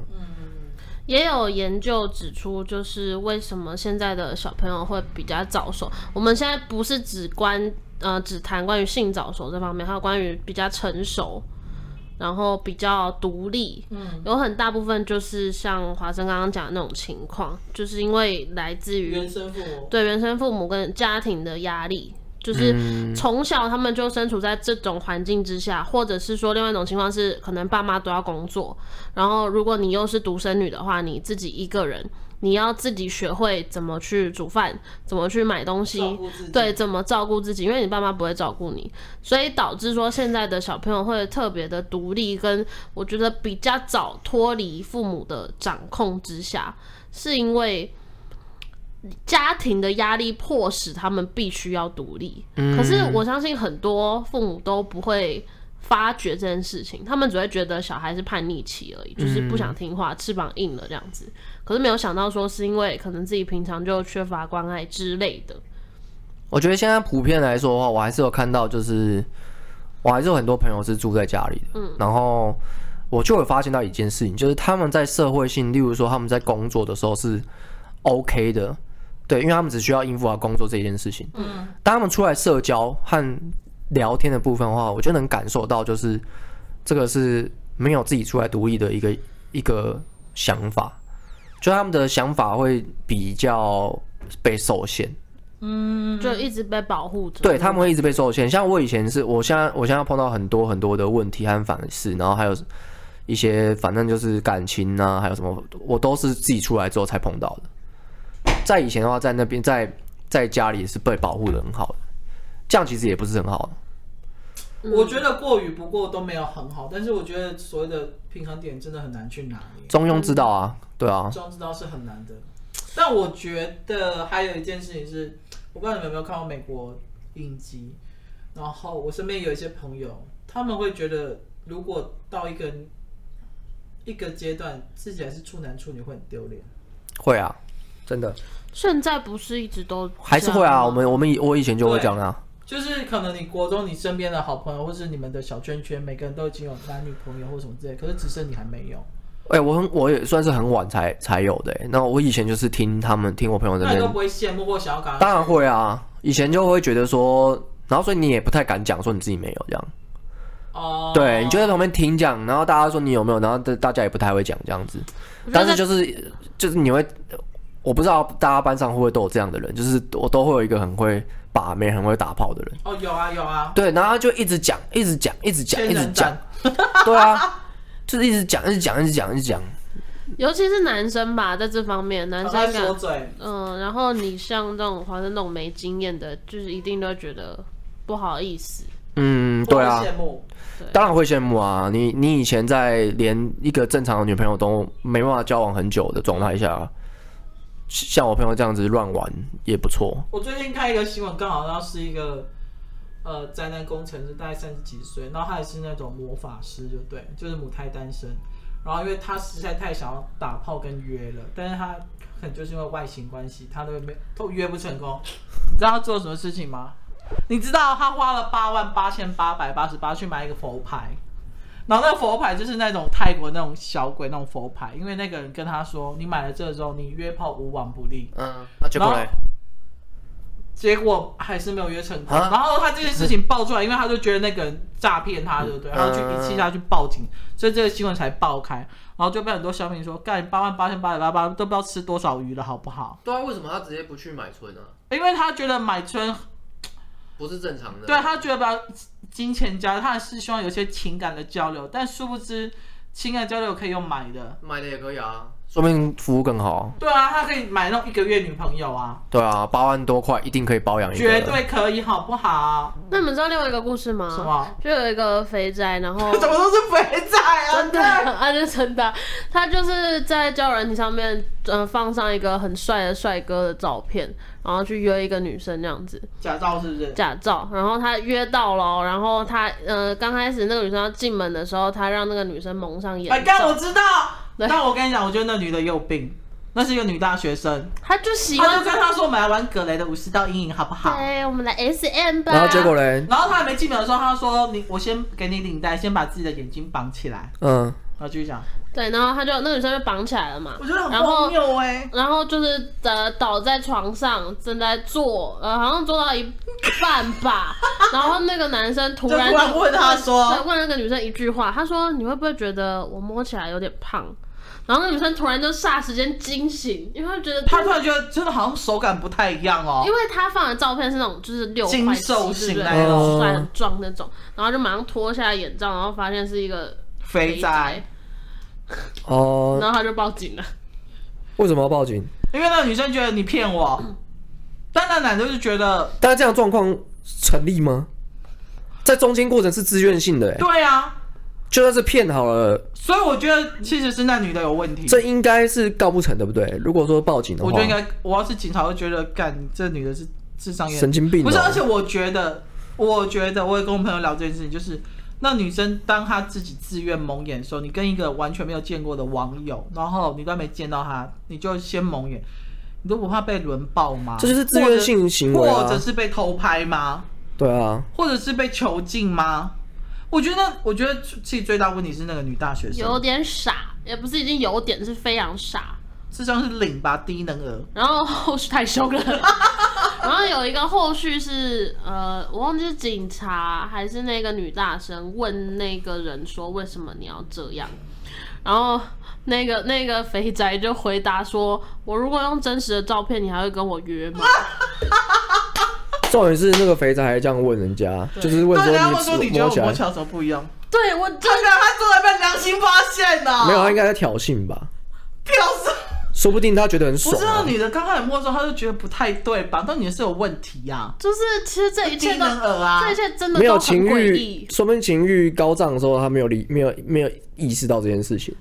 也有研究指出，就是为什么现在的小朋友会比较早熟。我们现在不是只关呃只谈关于性早熟这方面，还有关于比较成熟，然后比较独立，嗯，有很大部分就是像华生刚刚讲的那种情况，就是因为来自于
原生父母
对原生父母跟家庭的压力，就是从小他们就身处在这种环境之下，或者是说另外一种情况是，可能爸妈都要工作，然后如果你又是独生女的话，你自己一个人，你要自己学会怎么去煮饭，怎么去买东西，
照顾自己
对，怎么照顾自己，因为你爸妈不会照顾你，所以导致说现在的小朋友会特别的独立，跟我觉得比较早脱离父母的掌控之下，是因为家庭的压力迫使他们必须要独立。可是我相信很多父母都不会。发觉这件事情，他们只会觉得小孩是叛逆期而
嗯
已，就是不想听话，翅膀硬了这样子。可是没有想到说是因为可能自己平常就缺乏关爱之类的。
我觉得现在普遍来说的话，我还是有看到，就是我还是有很多朋友是住在家里的，嗯，然后我就有发现到一件事情，就是他们在社会性，例如说他们在工作的时候是 OK 的，对，因为他们只需要应付好啊工作这件事情，嗯，当他们出来社交和聊天的部分的话，我就能感受到，就是这个是没有自己出来独立的一个一个想法，就他们的想法会比较被受限。
嗯
就一直被保护着。
对他们会一直被受限。像我以前是，我现在我现在碰到很多很多的问题和反思，然后还有一些反正就是感情啊，还有什么，我都是自己出来之后才碰到的。在以前的话，在那边在在家里是被保护的很好的，这样其实也不是很好。
嗯
我觉得过与不过都没有很好，但是我觉得所谓的平衡点真的很难去拿捏，
中庸之道啊，对啊，
中之道是很难的。但我觉得呃还有一件事情是，我不知道你们有没有看过美国影集，然后我身边有一些朋友，他们会觉得如果到一个一个阶段，自己还是处男处女会很丢脸。
会啊，真的
现在不是一直都
还是会
这样
啊。
吗
我们我们以我以前就会讲啊，
就是可能你国中你身边的好朋友，或是你们的小圈圈，每个人都已经有男女朋友或什么之类，可是只剩你还没有，
哎、我很我也算是很晚才才有的、欸。那我以前就是听他们听我朋友那
那你
边
都不会羡慕或想要赶快
当然会啊，以前就会觉得说，然后所以你也不太敢讲说你自己没有这样，
哦，
对你就在旁边听讲，然后大家说你有没有，然后大大家也不太会讲这样子，
我觉得
但是就是就是你会，我不知道大家班上会不会都有这样的人，就是我都会有一个很会把妹、很会打炮的人，
哦有啊有啊，
对，然后他就一直讲，一直讲，一直讲，
仙
一直
人
讲
掌，
对啊，就是一直讲，一直讲，一直讲，一直讲，
尤其是男生吧，在这方面，男
很
生
爱
感
说嘴，
嗯，然后你像这种华生那种没经验的，就是一定都会觉得不好意思。
嗯，对啊
或者，羡慕，
当然会羡慕啊！你你以前在连一个正常的女朋友都没办法交往很久的状态下，像我朋友这样子乱玩也不错。
我最近看一个新闻，刚好然后是一个呃宅男工程师，大概三十几岁，然后他也是那种魔法师，就对，就是母胎单身。然后因为他实在太想要打炮跟约了，但是他可能就是因为外形关系，他都没都约不成功。你知道他做了什么事情吗？你知道他花了八万八千八百八十八去买一个佛牌，然后那个佛牌就是那种泰国那种小鬼那种佛牌，因为那个人跟他说，你买了这个之后，你约炮无往不利。
嗯，那结
果
果
嘞
嘞？
结果还是没有约成功。
啊
然后他这件事情爆出来，因为他就觉得那个人诈骗他，对不对？
嗯
然后去一气他去报警，所以这个新闻才爆开，然后就被很多小民说，干八万八千八百八八都不知道吃多少鱼了，好不好？
对啊，为什么他直接不去买春啊？
因为他觉得买春，
不是正常的
对啊他觉得把金钱交，他还是希望有一些情感的交流，但殊不知情感交流可以用买的。
买的也可以啊，说明服务更好。
对啊，他可以买那种一个月女朋友啊，
对啊，八万多块一定可以包养一个
绝
人。
对可以，好不好？
那你们知道另外一个故事吗？
什么？
就有一个肥宅，然后
怎么都是肥仔啊！
真的， 啊，这是真的，他就是在交友软体上面，嗯、放上一个很帅的帅哥的照片，然后去约一个女生这样子。
假照是不是？
假照，然后他约到了，哦然后他呃刚开始那个女生要进门的时候，他让那个女生蒙上眼
哎，干我
罩，
知道，但我跟你讲，我觉得那女的也有病，那是一个女大学生，
他就喜
她就
欢哎
跟他说我们来玩葛雷的五十道阴影好不好？
对，我们来 S M 吧。
然后结果嘞？
然后她还没进门的时候，她说你我先给你领带，先把自己的眼睛绑起来。
嗯，
然后继续讲，
对，然后他就那个女生就绑起来了嘛，
我觉得很
然后
荒谬哎、
然后就是呃倒在床上正在坐，呃好像坐到一半吧，然后那个男生 突然
就突然问他说
对问那个女生一句话，他说你会不会觉得我摸起来有点胖？然后那女生突然就霎时间惊醒，因为她觉得
他突然觉得真的好像手感不太一样哦
因。为他放的照片是那种就是六块
精
肌，
瘦
对不
型
对？
来
的
很帅很壮那种，然后就马上脱下眼罩，然后发现是一个
肥
宅
宅，，
哦、
然后他就报警了。
为什么要报警？
因为那个女生觉得你骗我，但那男的就觉得
但这样的状况成立吗？在中间过程是自愿性的、欸，
对啊，
就算是骗好了，
所以我觉得其实是那女的有问题。
这应该是告不成，对不对？如果说报警的
我
话，
觉得应该，我要是警察，我就觉得干这女的是智商也
神经病哦
不是，而且我觉得，我觉得我也跟我朋友聊这件事情，就是那女生当她自己自愿蒙眼的时候，你跟一个完全没有见过的网友，然后你都还没见到她，你就先蒙眼，你都不怕被轮爆吗？
这就是自愿性行为啊
或者，或者是被偷拍吗？
对啊，
或者是被囚禁吗？我觉得，我觉得其实最大问题是那个女大学
有
生
点傻，也不是已经有点是非常傻，
智商是零吧，低能儿。
然后后续太凶了。然后有一个后续是，呃，我忘记是警察还是那个女大生问那个人说为什么你要这样，然后那个那个肥宅就回答说，我如果用真实的照片，你还会跟我约吗？
重点是那个肥宅还这样问人家，就是问
对，然后
说
说
你
你觉得我
起
摸
来
起来有什么不一样？
对我真
他没有，他真的被良心发现呢、
没有，他应该在挑衅吧？
屌丝。
说不定他觉得很
不
爽、
是那
啊。
女的刚开始摸的时候，他就觉得不太对吧？那女的是有问题呀、
就是其实这一切
低
都，
能儿啊
这一切真的
没有
都很
情
诡
欲
异，。
说不定情欲高涨的时候，他没有理，没有没有意识到这件事情，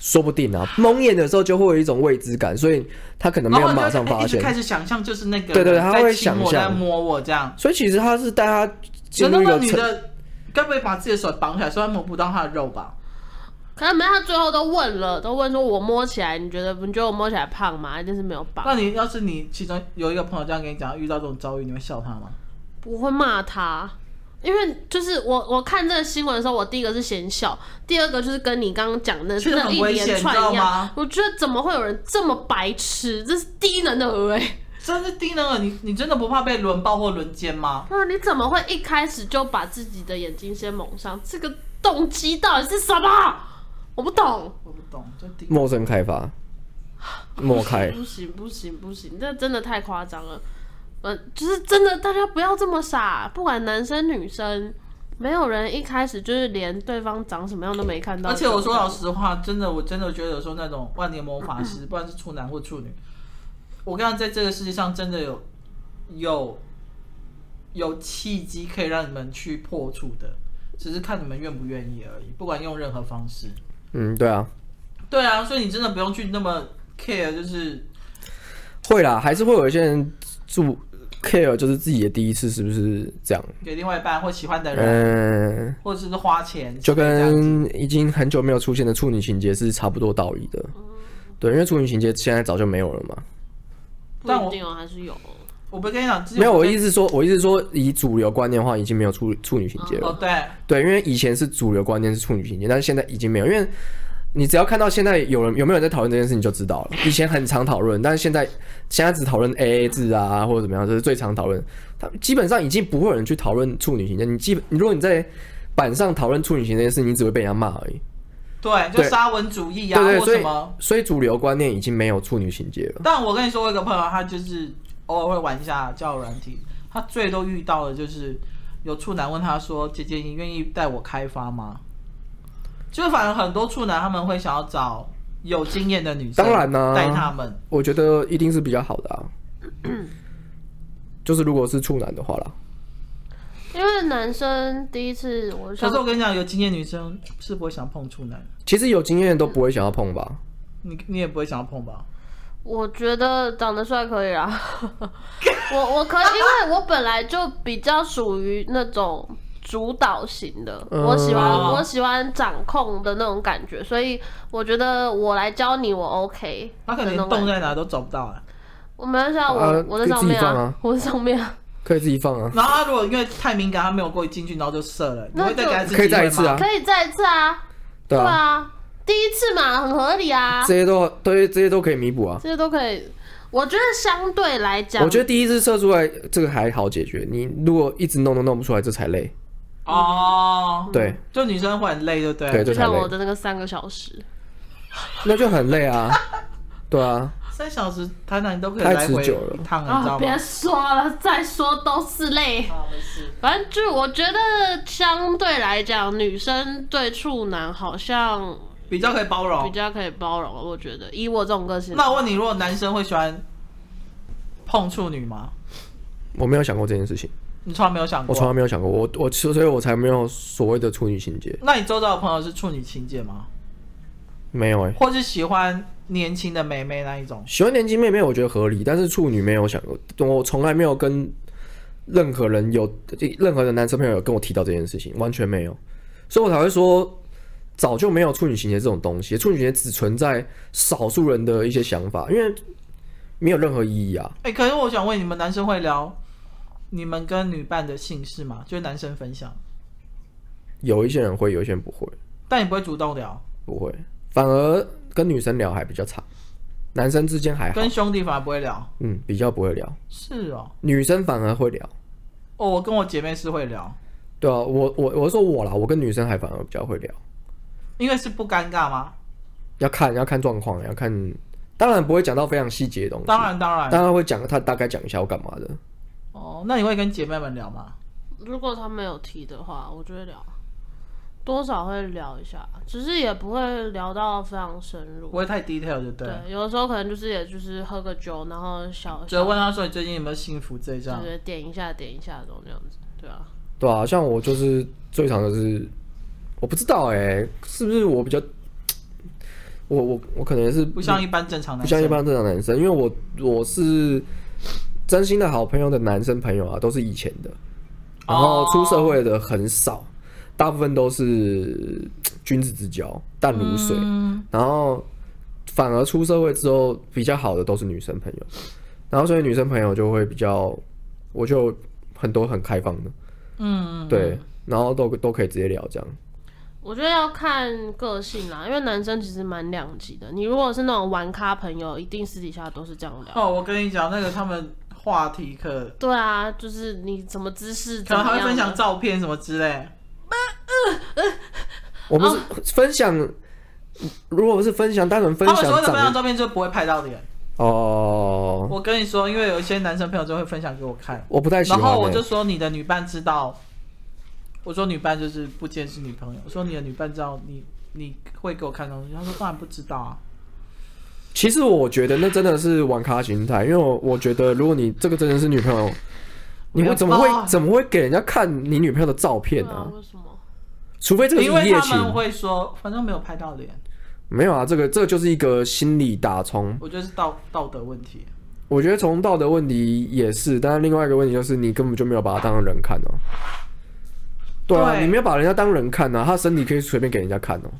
说不定啊。蒙眼的时候就会有一种未知感，所以他可能
然
没有
后我就
马上
哎
发
一直
现。
开始想象就是那个
对对对
人
他
在
会
亲我
想象
在摸我这样。
所以其实他是带他进
难道
入一个
那女的该不会把自己的手绑起来，说她摸不到她的肉吧？
可能没他最后都问了，都问说我摸起来，你觉得你觉得我摸起来胖吗？一定是没有绑。
那你要是你其中有一个朋友这样跟你讲，遇到这种遭遇，你会笑他吗？
我会骂他，因为就是我我看这个新闻的时候，我第一个是嫌笑，第二个就是跟你刚刚讲的
确实
那
很
一
危险
连
你知道
串一样
吗，
我觉得怎么会有人这么白痴？这是低能的儿哎、
真是低能儿，你你真的不怕被轮爆或轮奸吗？
哇，你怎么会一开始就把自己的眼睛先蒙上？这个动机到底是什么？我不懂。
我不懂，就低
陌生开发，莫开。
不行不行不行，这真的太夸张了。呃，就是真的，大家不要这么傻，不管男生女生，没有人一开始就是连对方长什么样都没看到。
而且我说老，实话，真的，我真的觉得有时候那种万年魔法师，不管是处男或处女，我跟你讲在这个世界上真的有有有契机可以让你们去破处的，只是看你们愿不愿意而已。不管用任何方式，
嗯，对啊，
对啊，所以你真的不用去那么 care，就是
会啦，还是会有一些人注 care，就是自己的第一次是不是这样？
给另外一半或喜欢的人，
嗯，
或者是花钱，
就
这样子
跟已经很久没有出现的处女情节是差不多道理的。对，因为处女情节现在早就没有了嘛。
不
但
一
我
定哦，还是有哦。
我不是跟你讲，之前
没有，我
跟
意思是说，我意思是说，以主流观念的话，已经没有处处女情节了
哦。对，
对，因为以前是主流观念是处女情节，但是现在已经没有，因为你只要看到现在有人有没有人在讨论这件事，你就知道了。以前很常讨论，但是现在现在只讨论 AA 制啊，或者怎么样，这、是最常讨论。他基本上已经不会有人去讨论处女情节。你基本，你如果你在板上讨论处女情这件事，你只会被人家骂而已。
对，就
对
沙文主义啊，
对对，
或
所
什
以
么。
所以主流观念已经没有处女情节了。
但我跟你说，我有个朋友，他就是偶尔会玩一下交友软体，他最多遇到的就是有处男问他说：“姐姐，你愿意带我开发吗？”就是反正很多处男他们会想要找有经验的女生，
当然啊啦
带他们。
我觉得一定是比较好的啊，就是如果是处男的话啦，
因为男生第一次，我
可
想
是我跟你讲，有经验女生是不会想碰处男，
其实有经验都不会想要碰吧。
你你也不会想要碰吧？
我觉得长得帅可以啦。 我我可以，因为我本来就比较属于那种主导型的，
嗯
我喜欢
哦
我喜欢掌控的那种感觉，所以我觉得我来教你，我 OK
他可
的
能
那种
连洞
感觉。
在哪都找不到啊。
我没关系啊，
啊
我我在上
可以自己
面
放
啊
啊，
我在上面啊，
可以自己放啊，
然后他如果因为太敏感，他没有过进去，然后就射了，你
那
会再给他一次
可以再一
机
次
会吗
啊，
可以再一次啊，对
对啊。
啊，第一次嘛，很合理啊，
这些都对，这些都可以弥补啊。
这些都可以。我觉得相对来讲，
我觉得第一次射出来这个还好解决，你如果一直弄都弄不出来，这才累。
哦，
对
就女生会很累，对不对？
嗯对，这
就
才
像
累
我。的那个三个小时，
那就很累啊。对啊，
三小时台南都可以
太
来
持
回
久了
一趟，你知
啊，
道
别
吗？
说了，再说都是泪。
啊，没事。
反正就是我觉得相对来讲，女生对处男好像
比较可以包
比
容。
较可以包容。我觉得以我这种个性，
那我问你，如果男生会喜欢碰处女吗？
我没有想过这件事情，
你从来没有想
我从
过？
来没有想过，我我所以，我才没有所谓的处女情节，
那你周遭的朋友是处女情节吗？
没有哎、
或是喜欢年轻的妹妹那一种？
喜欢年轻妹妹，我觉得合理，但是处女没有想过，我从来没有跟任何人有任何的男生朋友有跟我提到这件事情，完全没有，所以我才会说，早就没有处女情节这种东西，处女情节只存在少数人的一些想法，因为没有任何意义啊。
哎、可是我想问你们，男生会聊你们跟女伴的姓氏吗？就是男生分享，
有一些人会，有一些人不会，
但你不会主动聊，
不会，反而跟女生聊还比较差，男生之间还好
跟，兄弟反而不会聊。
嗯，比较不会聊，
是哦，
女生反而会聊。
哦，我跟我姐妹是会聊，
对啊，我我我是说我啦，我跟女生还反而比较会聊。
因为是不尴尬吗？
要看要看状况，要看，当然不会讲到非常细节的东西，
当然，当然。
当然会讲他大概讲一下我干嘛的，
哦，那你会跟姐妹们聊吗？
如果他没有提的话，我就会聊，多少会聊一下，只是也不会聊到非常深入
不。会太 detail 就对了。
对，有的时候可能就是也就是喝个酒，然后小
只
小
要问他说你最近有没有幸福这一张
就，是点一下点一下这种这样子，对啊。
对啊，像我就是最常的是，我不知道哎、是不是我比较，我我我可能是
不像一般正常
不
男
像
生。
一般正常男生，因为我我是真心的好朋友的男生朋友啊，都是以前的，
哦
然后出社会的很少，大部分都是君子之交，淡如水。
嗯，
然后反而出社会之后比较好的都是女生朋友，然后所以女生朋友就会比较，我就很多很开放的，
嗯，
对，然后都都可以直接聊这样。
我觉得要看个性啦，因为男生其实蛮两极的。你如果是那种玩咖朋友，一定私底下都是这样聊。
哦，我跟你讲，那个他们话题可
对啊，就是你什么姿势
可
怎
能
么
还会
样
分享
的，
照片什么之类。
我
哦
不是分享，如果不是分享，单纯分
他
享
们所谓的分享
长
照片就不会拍到脸。
哦，
我跟你说，因为有一些男生朋友就会分享给我看，
我不太喜
然
欢、
后我
欸
就。说你的女伴知道，我说女伴就是不监视女朋友，我说你的女伴知道你你会给我看东西，他说当然不知道啊。
其实我觉得那真的是玩咖心态，因为我我觉得如果你这个真的是女朋友，你会怎么
我要抱
会怎么会给人家看你女朋友的照片
对
呢、
啊，为什么？
除非这个是
嗯因
一
为
夜
他
情，
们会说，反正没有拍到脸，
没有啊，这个这个就是一个心理打冲。
我觉得是道道德问题。
我觉得从道德问题也是，但是另外一个问题就是你根本就没有把他当成人看哦、对啊，
对
你没有把人家当人看啊，他身体可以随便给人家看哦、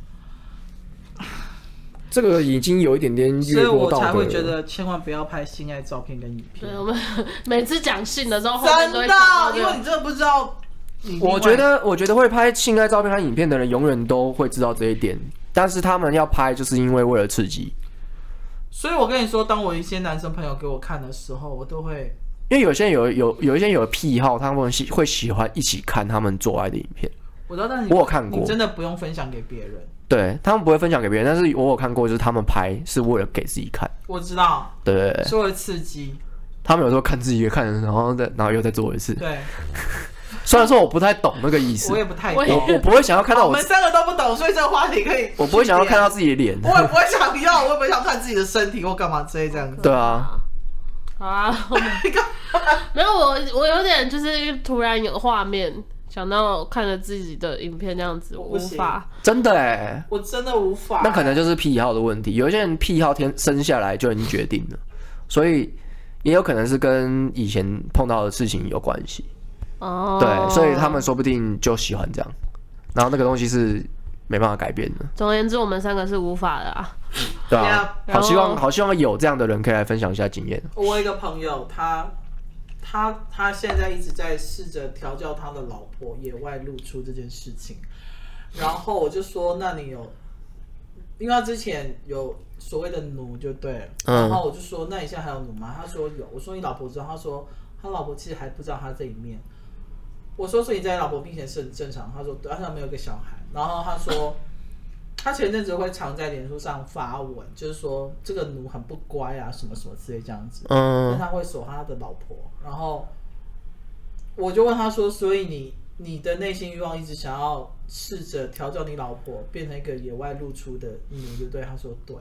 这个已经有一点点
所
越
以
过
我
道
才
德
会觉
了。
得千万不要拍性爱照片跟影片
对，。哦我们每次讲性的时候，后面
真
都会
的
讲到，这
因为
个。
你真的不知道你另外。
我觉得，我觉得会拍性爱照片和影片的人，永远都会知道这一点。但是他们要拍，就是因为为了刺激，
所以我跟你说，当我一些男生朋友给我看的时候，我都会
因为有些人有有有一些人有癖好，他们喜会喜欢一起看他们做爱的影片。
我知道，但你
我有看过
你真的不用分享给别人。
对他们不会分享给别人，但是我有看过，就是他们拍是为了给自己看，
我知道，
对对对，
是为了刺激。
他们有时候看自己看，然后再然后又再做一次。
对，
虽然说我不太懂那个意思，
我
我
也不太
我也
懂。
我不会想要看到
我
我
们，三个都不懂，所以这个话题可以。
我不会想要看到。自己的脸。
我也不会想要，我也不会想看自己的身体或干嘛之类这样 子。
对啊，
好啊，我们没有我，我有点就是突然有画面，想到看了自己的影片这样子，我
我
无
不行
法。
真的哎，
我真的无法。
那可能就是癖好的问题。有一些人癖好天生下来就已经决定了，所以也有可能是跟以前碰到的事情有关系。
哦，
对，所以他们说不定就喜欢这样，然后那个东西是没办法改变的。
总而言之，我们三个是无法的啊。
对
对
啊
啊，
好
然后
希望好希望有这样的人可以来分享一下经验。
我有一个朋友，他他他现在一直在试着调教他的老婆野外露出这件事情，然后我就说，那你有，因为他之前有所谓的奴就对了，
嗯
然后我就说，那你现在还有奴吗？他说有，我说你老婆知道，他说他老婆其实还不知道他这一面。我说，所以你在你老婆面前是很正常。他说，对，他没有一个小孩。然后他说，他前阵子会常在脸书上发文，就是说这个奴很不乖啊，什么什么之类这样子。但
嗯，
他会锁他的老婆，然后我就问他说：“所以你你的内心欲望一直想要试着调教你老婆，变成一个野外露出的奴，对不对？”他说：“对。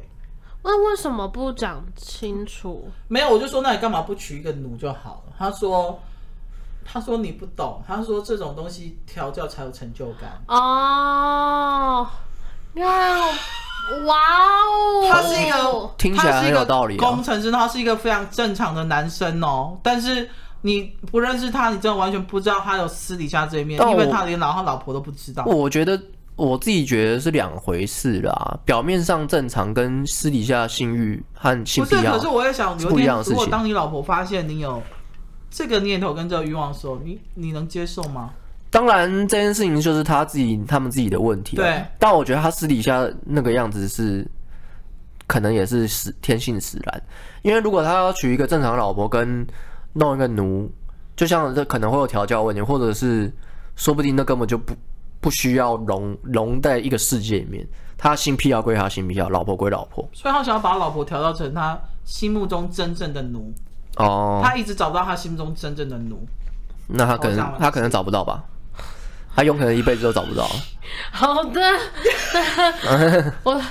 那为什么不讲清楚？”
没有，我就说：“那你干嘛不娶一个奴就好了？”他说：“他说你不懂，他说这种东西调教才有成就感。”
哦，你看，哇哦，
他是一个，
听起来很有道理啊
他是一个工程师，他是一个非常正常的男生哦，但是。你不认识他，你真的完全不知道他有私底下这一面，
但我
因为他连老他老婆都不知道。
我觉得我自己觉得是两回事啦，表面上正常跟私底下性欲和性
不
癖
是，
好
可是我也想，有
不
一
一样的
天
事
如果
情
当你老婆发现你有这个念头跟这个欲望的时候，你你能接受吗？
当然，这件事情就是他自己他们自己的问题、啊。
对，
但我觉得他私底下那个样子是，可能也是使天性使然。因为如果他要娶一个正常老婆，跟弄一个奴，就像这可能会有调教问题，或者是说不定那根本就不不需要融融在一个世界里面。他性癖要归他性癖好，老婆归老婆。
所以他想要把老婆调教成他心目中真正的奴，
哦，
他一直找不到他心目中真正的奴。
那他可
好像
能他可能找不到吧，他有可能一辈子都找不到。
好 的，我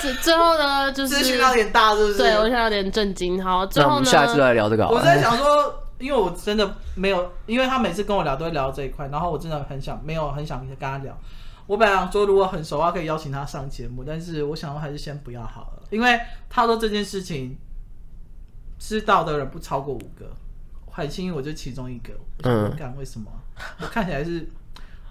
最最后呢，就是
点大，是不
对我现在有点震惊。好，最
那我
后
们
呢，
下一次来聊这个
啊
好
我
了。
在想说，因为我真的没有，因为他每次跟我聊都会聊这一块，然后我真的很想没有很想跟他聊。我本来想说，如果很熟的话，可以邀请他上节目，但是我想说还是先不要好了，因为他说这件事情知道的人不超过五个，很幸运我就其中一个。
嗯
嗯，干为什么？我看起来是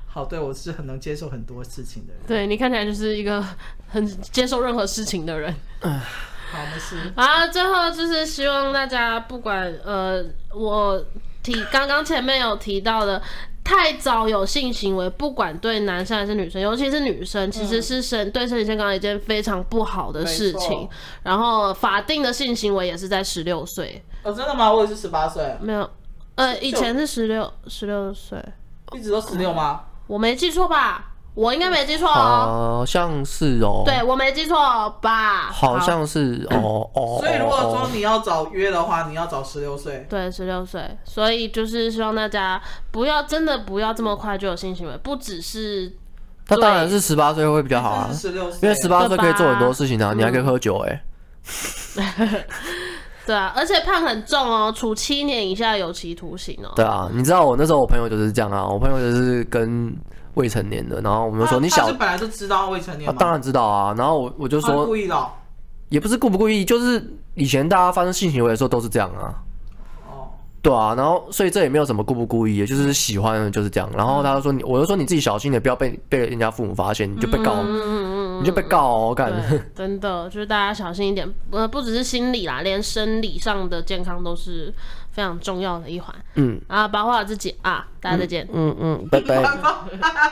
好，对我是很能接受很多事情的人。
对你看起来就是一个很接受任何事情的人。
好，没事。
好，最后就是希望大家不管呃，我提刚刚前面有提到的，太早有性行为，不管对男生还是女生，尤其是女生，其实是身、对身体健康一件非常不好的事
没
情
错。
然后法定的性行为也是在十六岁，
哦，真的吗？我也是十八岁，
没有，呃，以前是十六十六岁，
一直都十六吗？
我没记错吧？我应该没记错哦，
好像是哦，
对，我没记错吧？
好
好
像是哦哦。
所以如果说
哦
你要找约的话，你要找十六岁。
对，十六岁，所以就是希望大家不要真的不要这么快就有性行为，不只是
那当然是十八岁会比较好啊
这，是十六岁，
因为十八岁可以做很多事情啊，
嗯
你还可以喝酒哎。
对啊，而且判很重哦，处七年以下有期徒刑 哦。
对啊，你知道我那时候我朋友就是这样啊，我朋友就是跟未成年的，然后我们就说
他
你小
他是，本来就知道未成年
啊
吗？
当然知道啊，然后我我就
他是
说
故意的哦。
也不是故不故意，就是以前大家发生性行为的时候都是这样啊。
哦，
对啊，然后所以这也没有什么故不故意的，就是喜欢的就是这样。然后他就说你，我就说你自己小心点，不要被被人家父母发现，你就被告，
嗯
你就被告哦，干。
对，真的就是大家小心一点，呃，不只是心理啦，连生理上的健康都是非常重要的一环
嗯
啊，保护好自己啊，大家再见。
嗯嗯，拜拜。
拜拜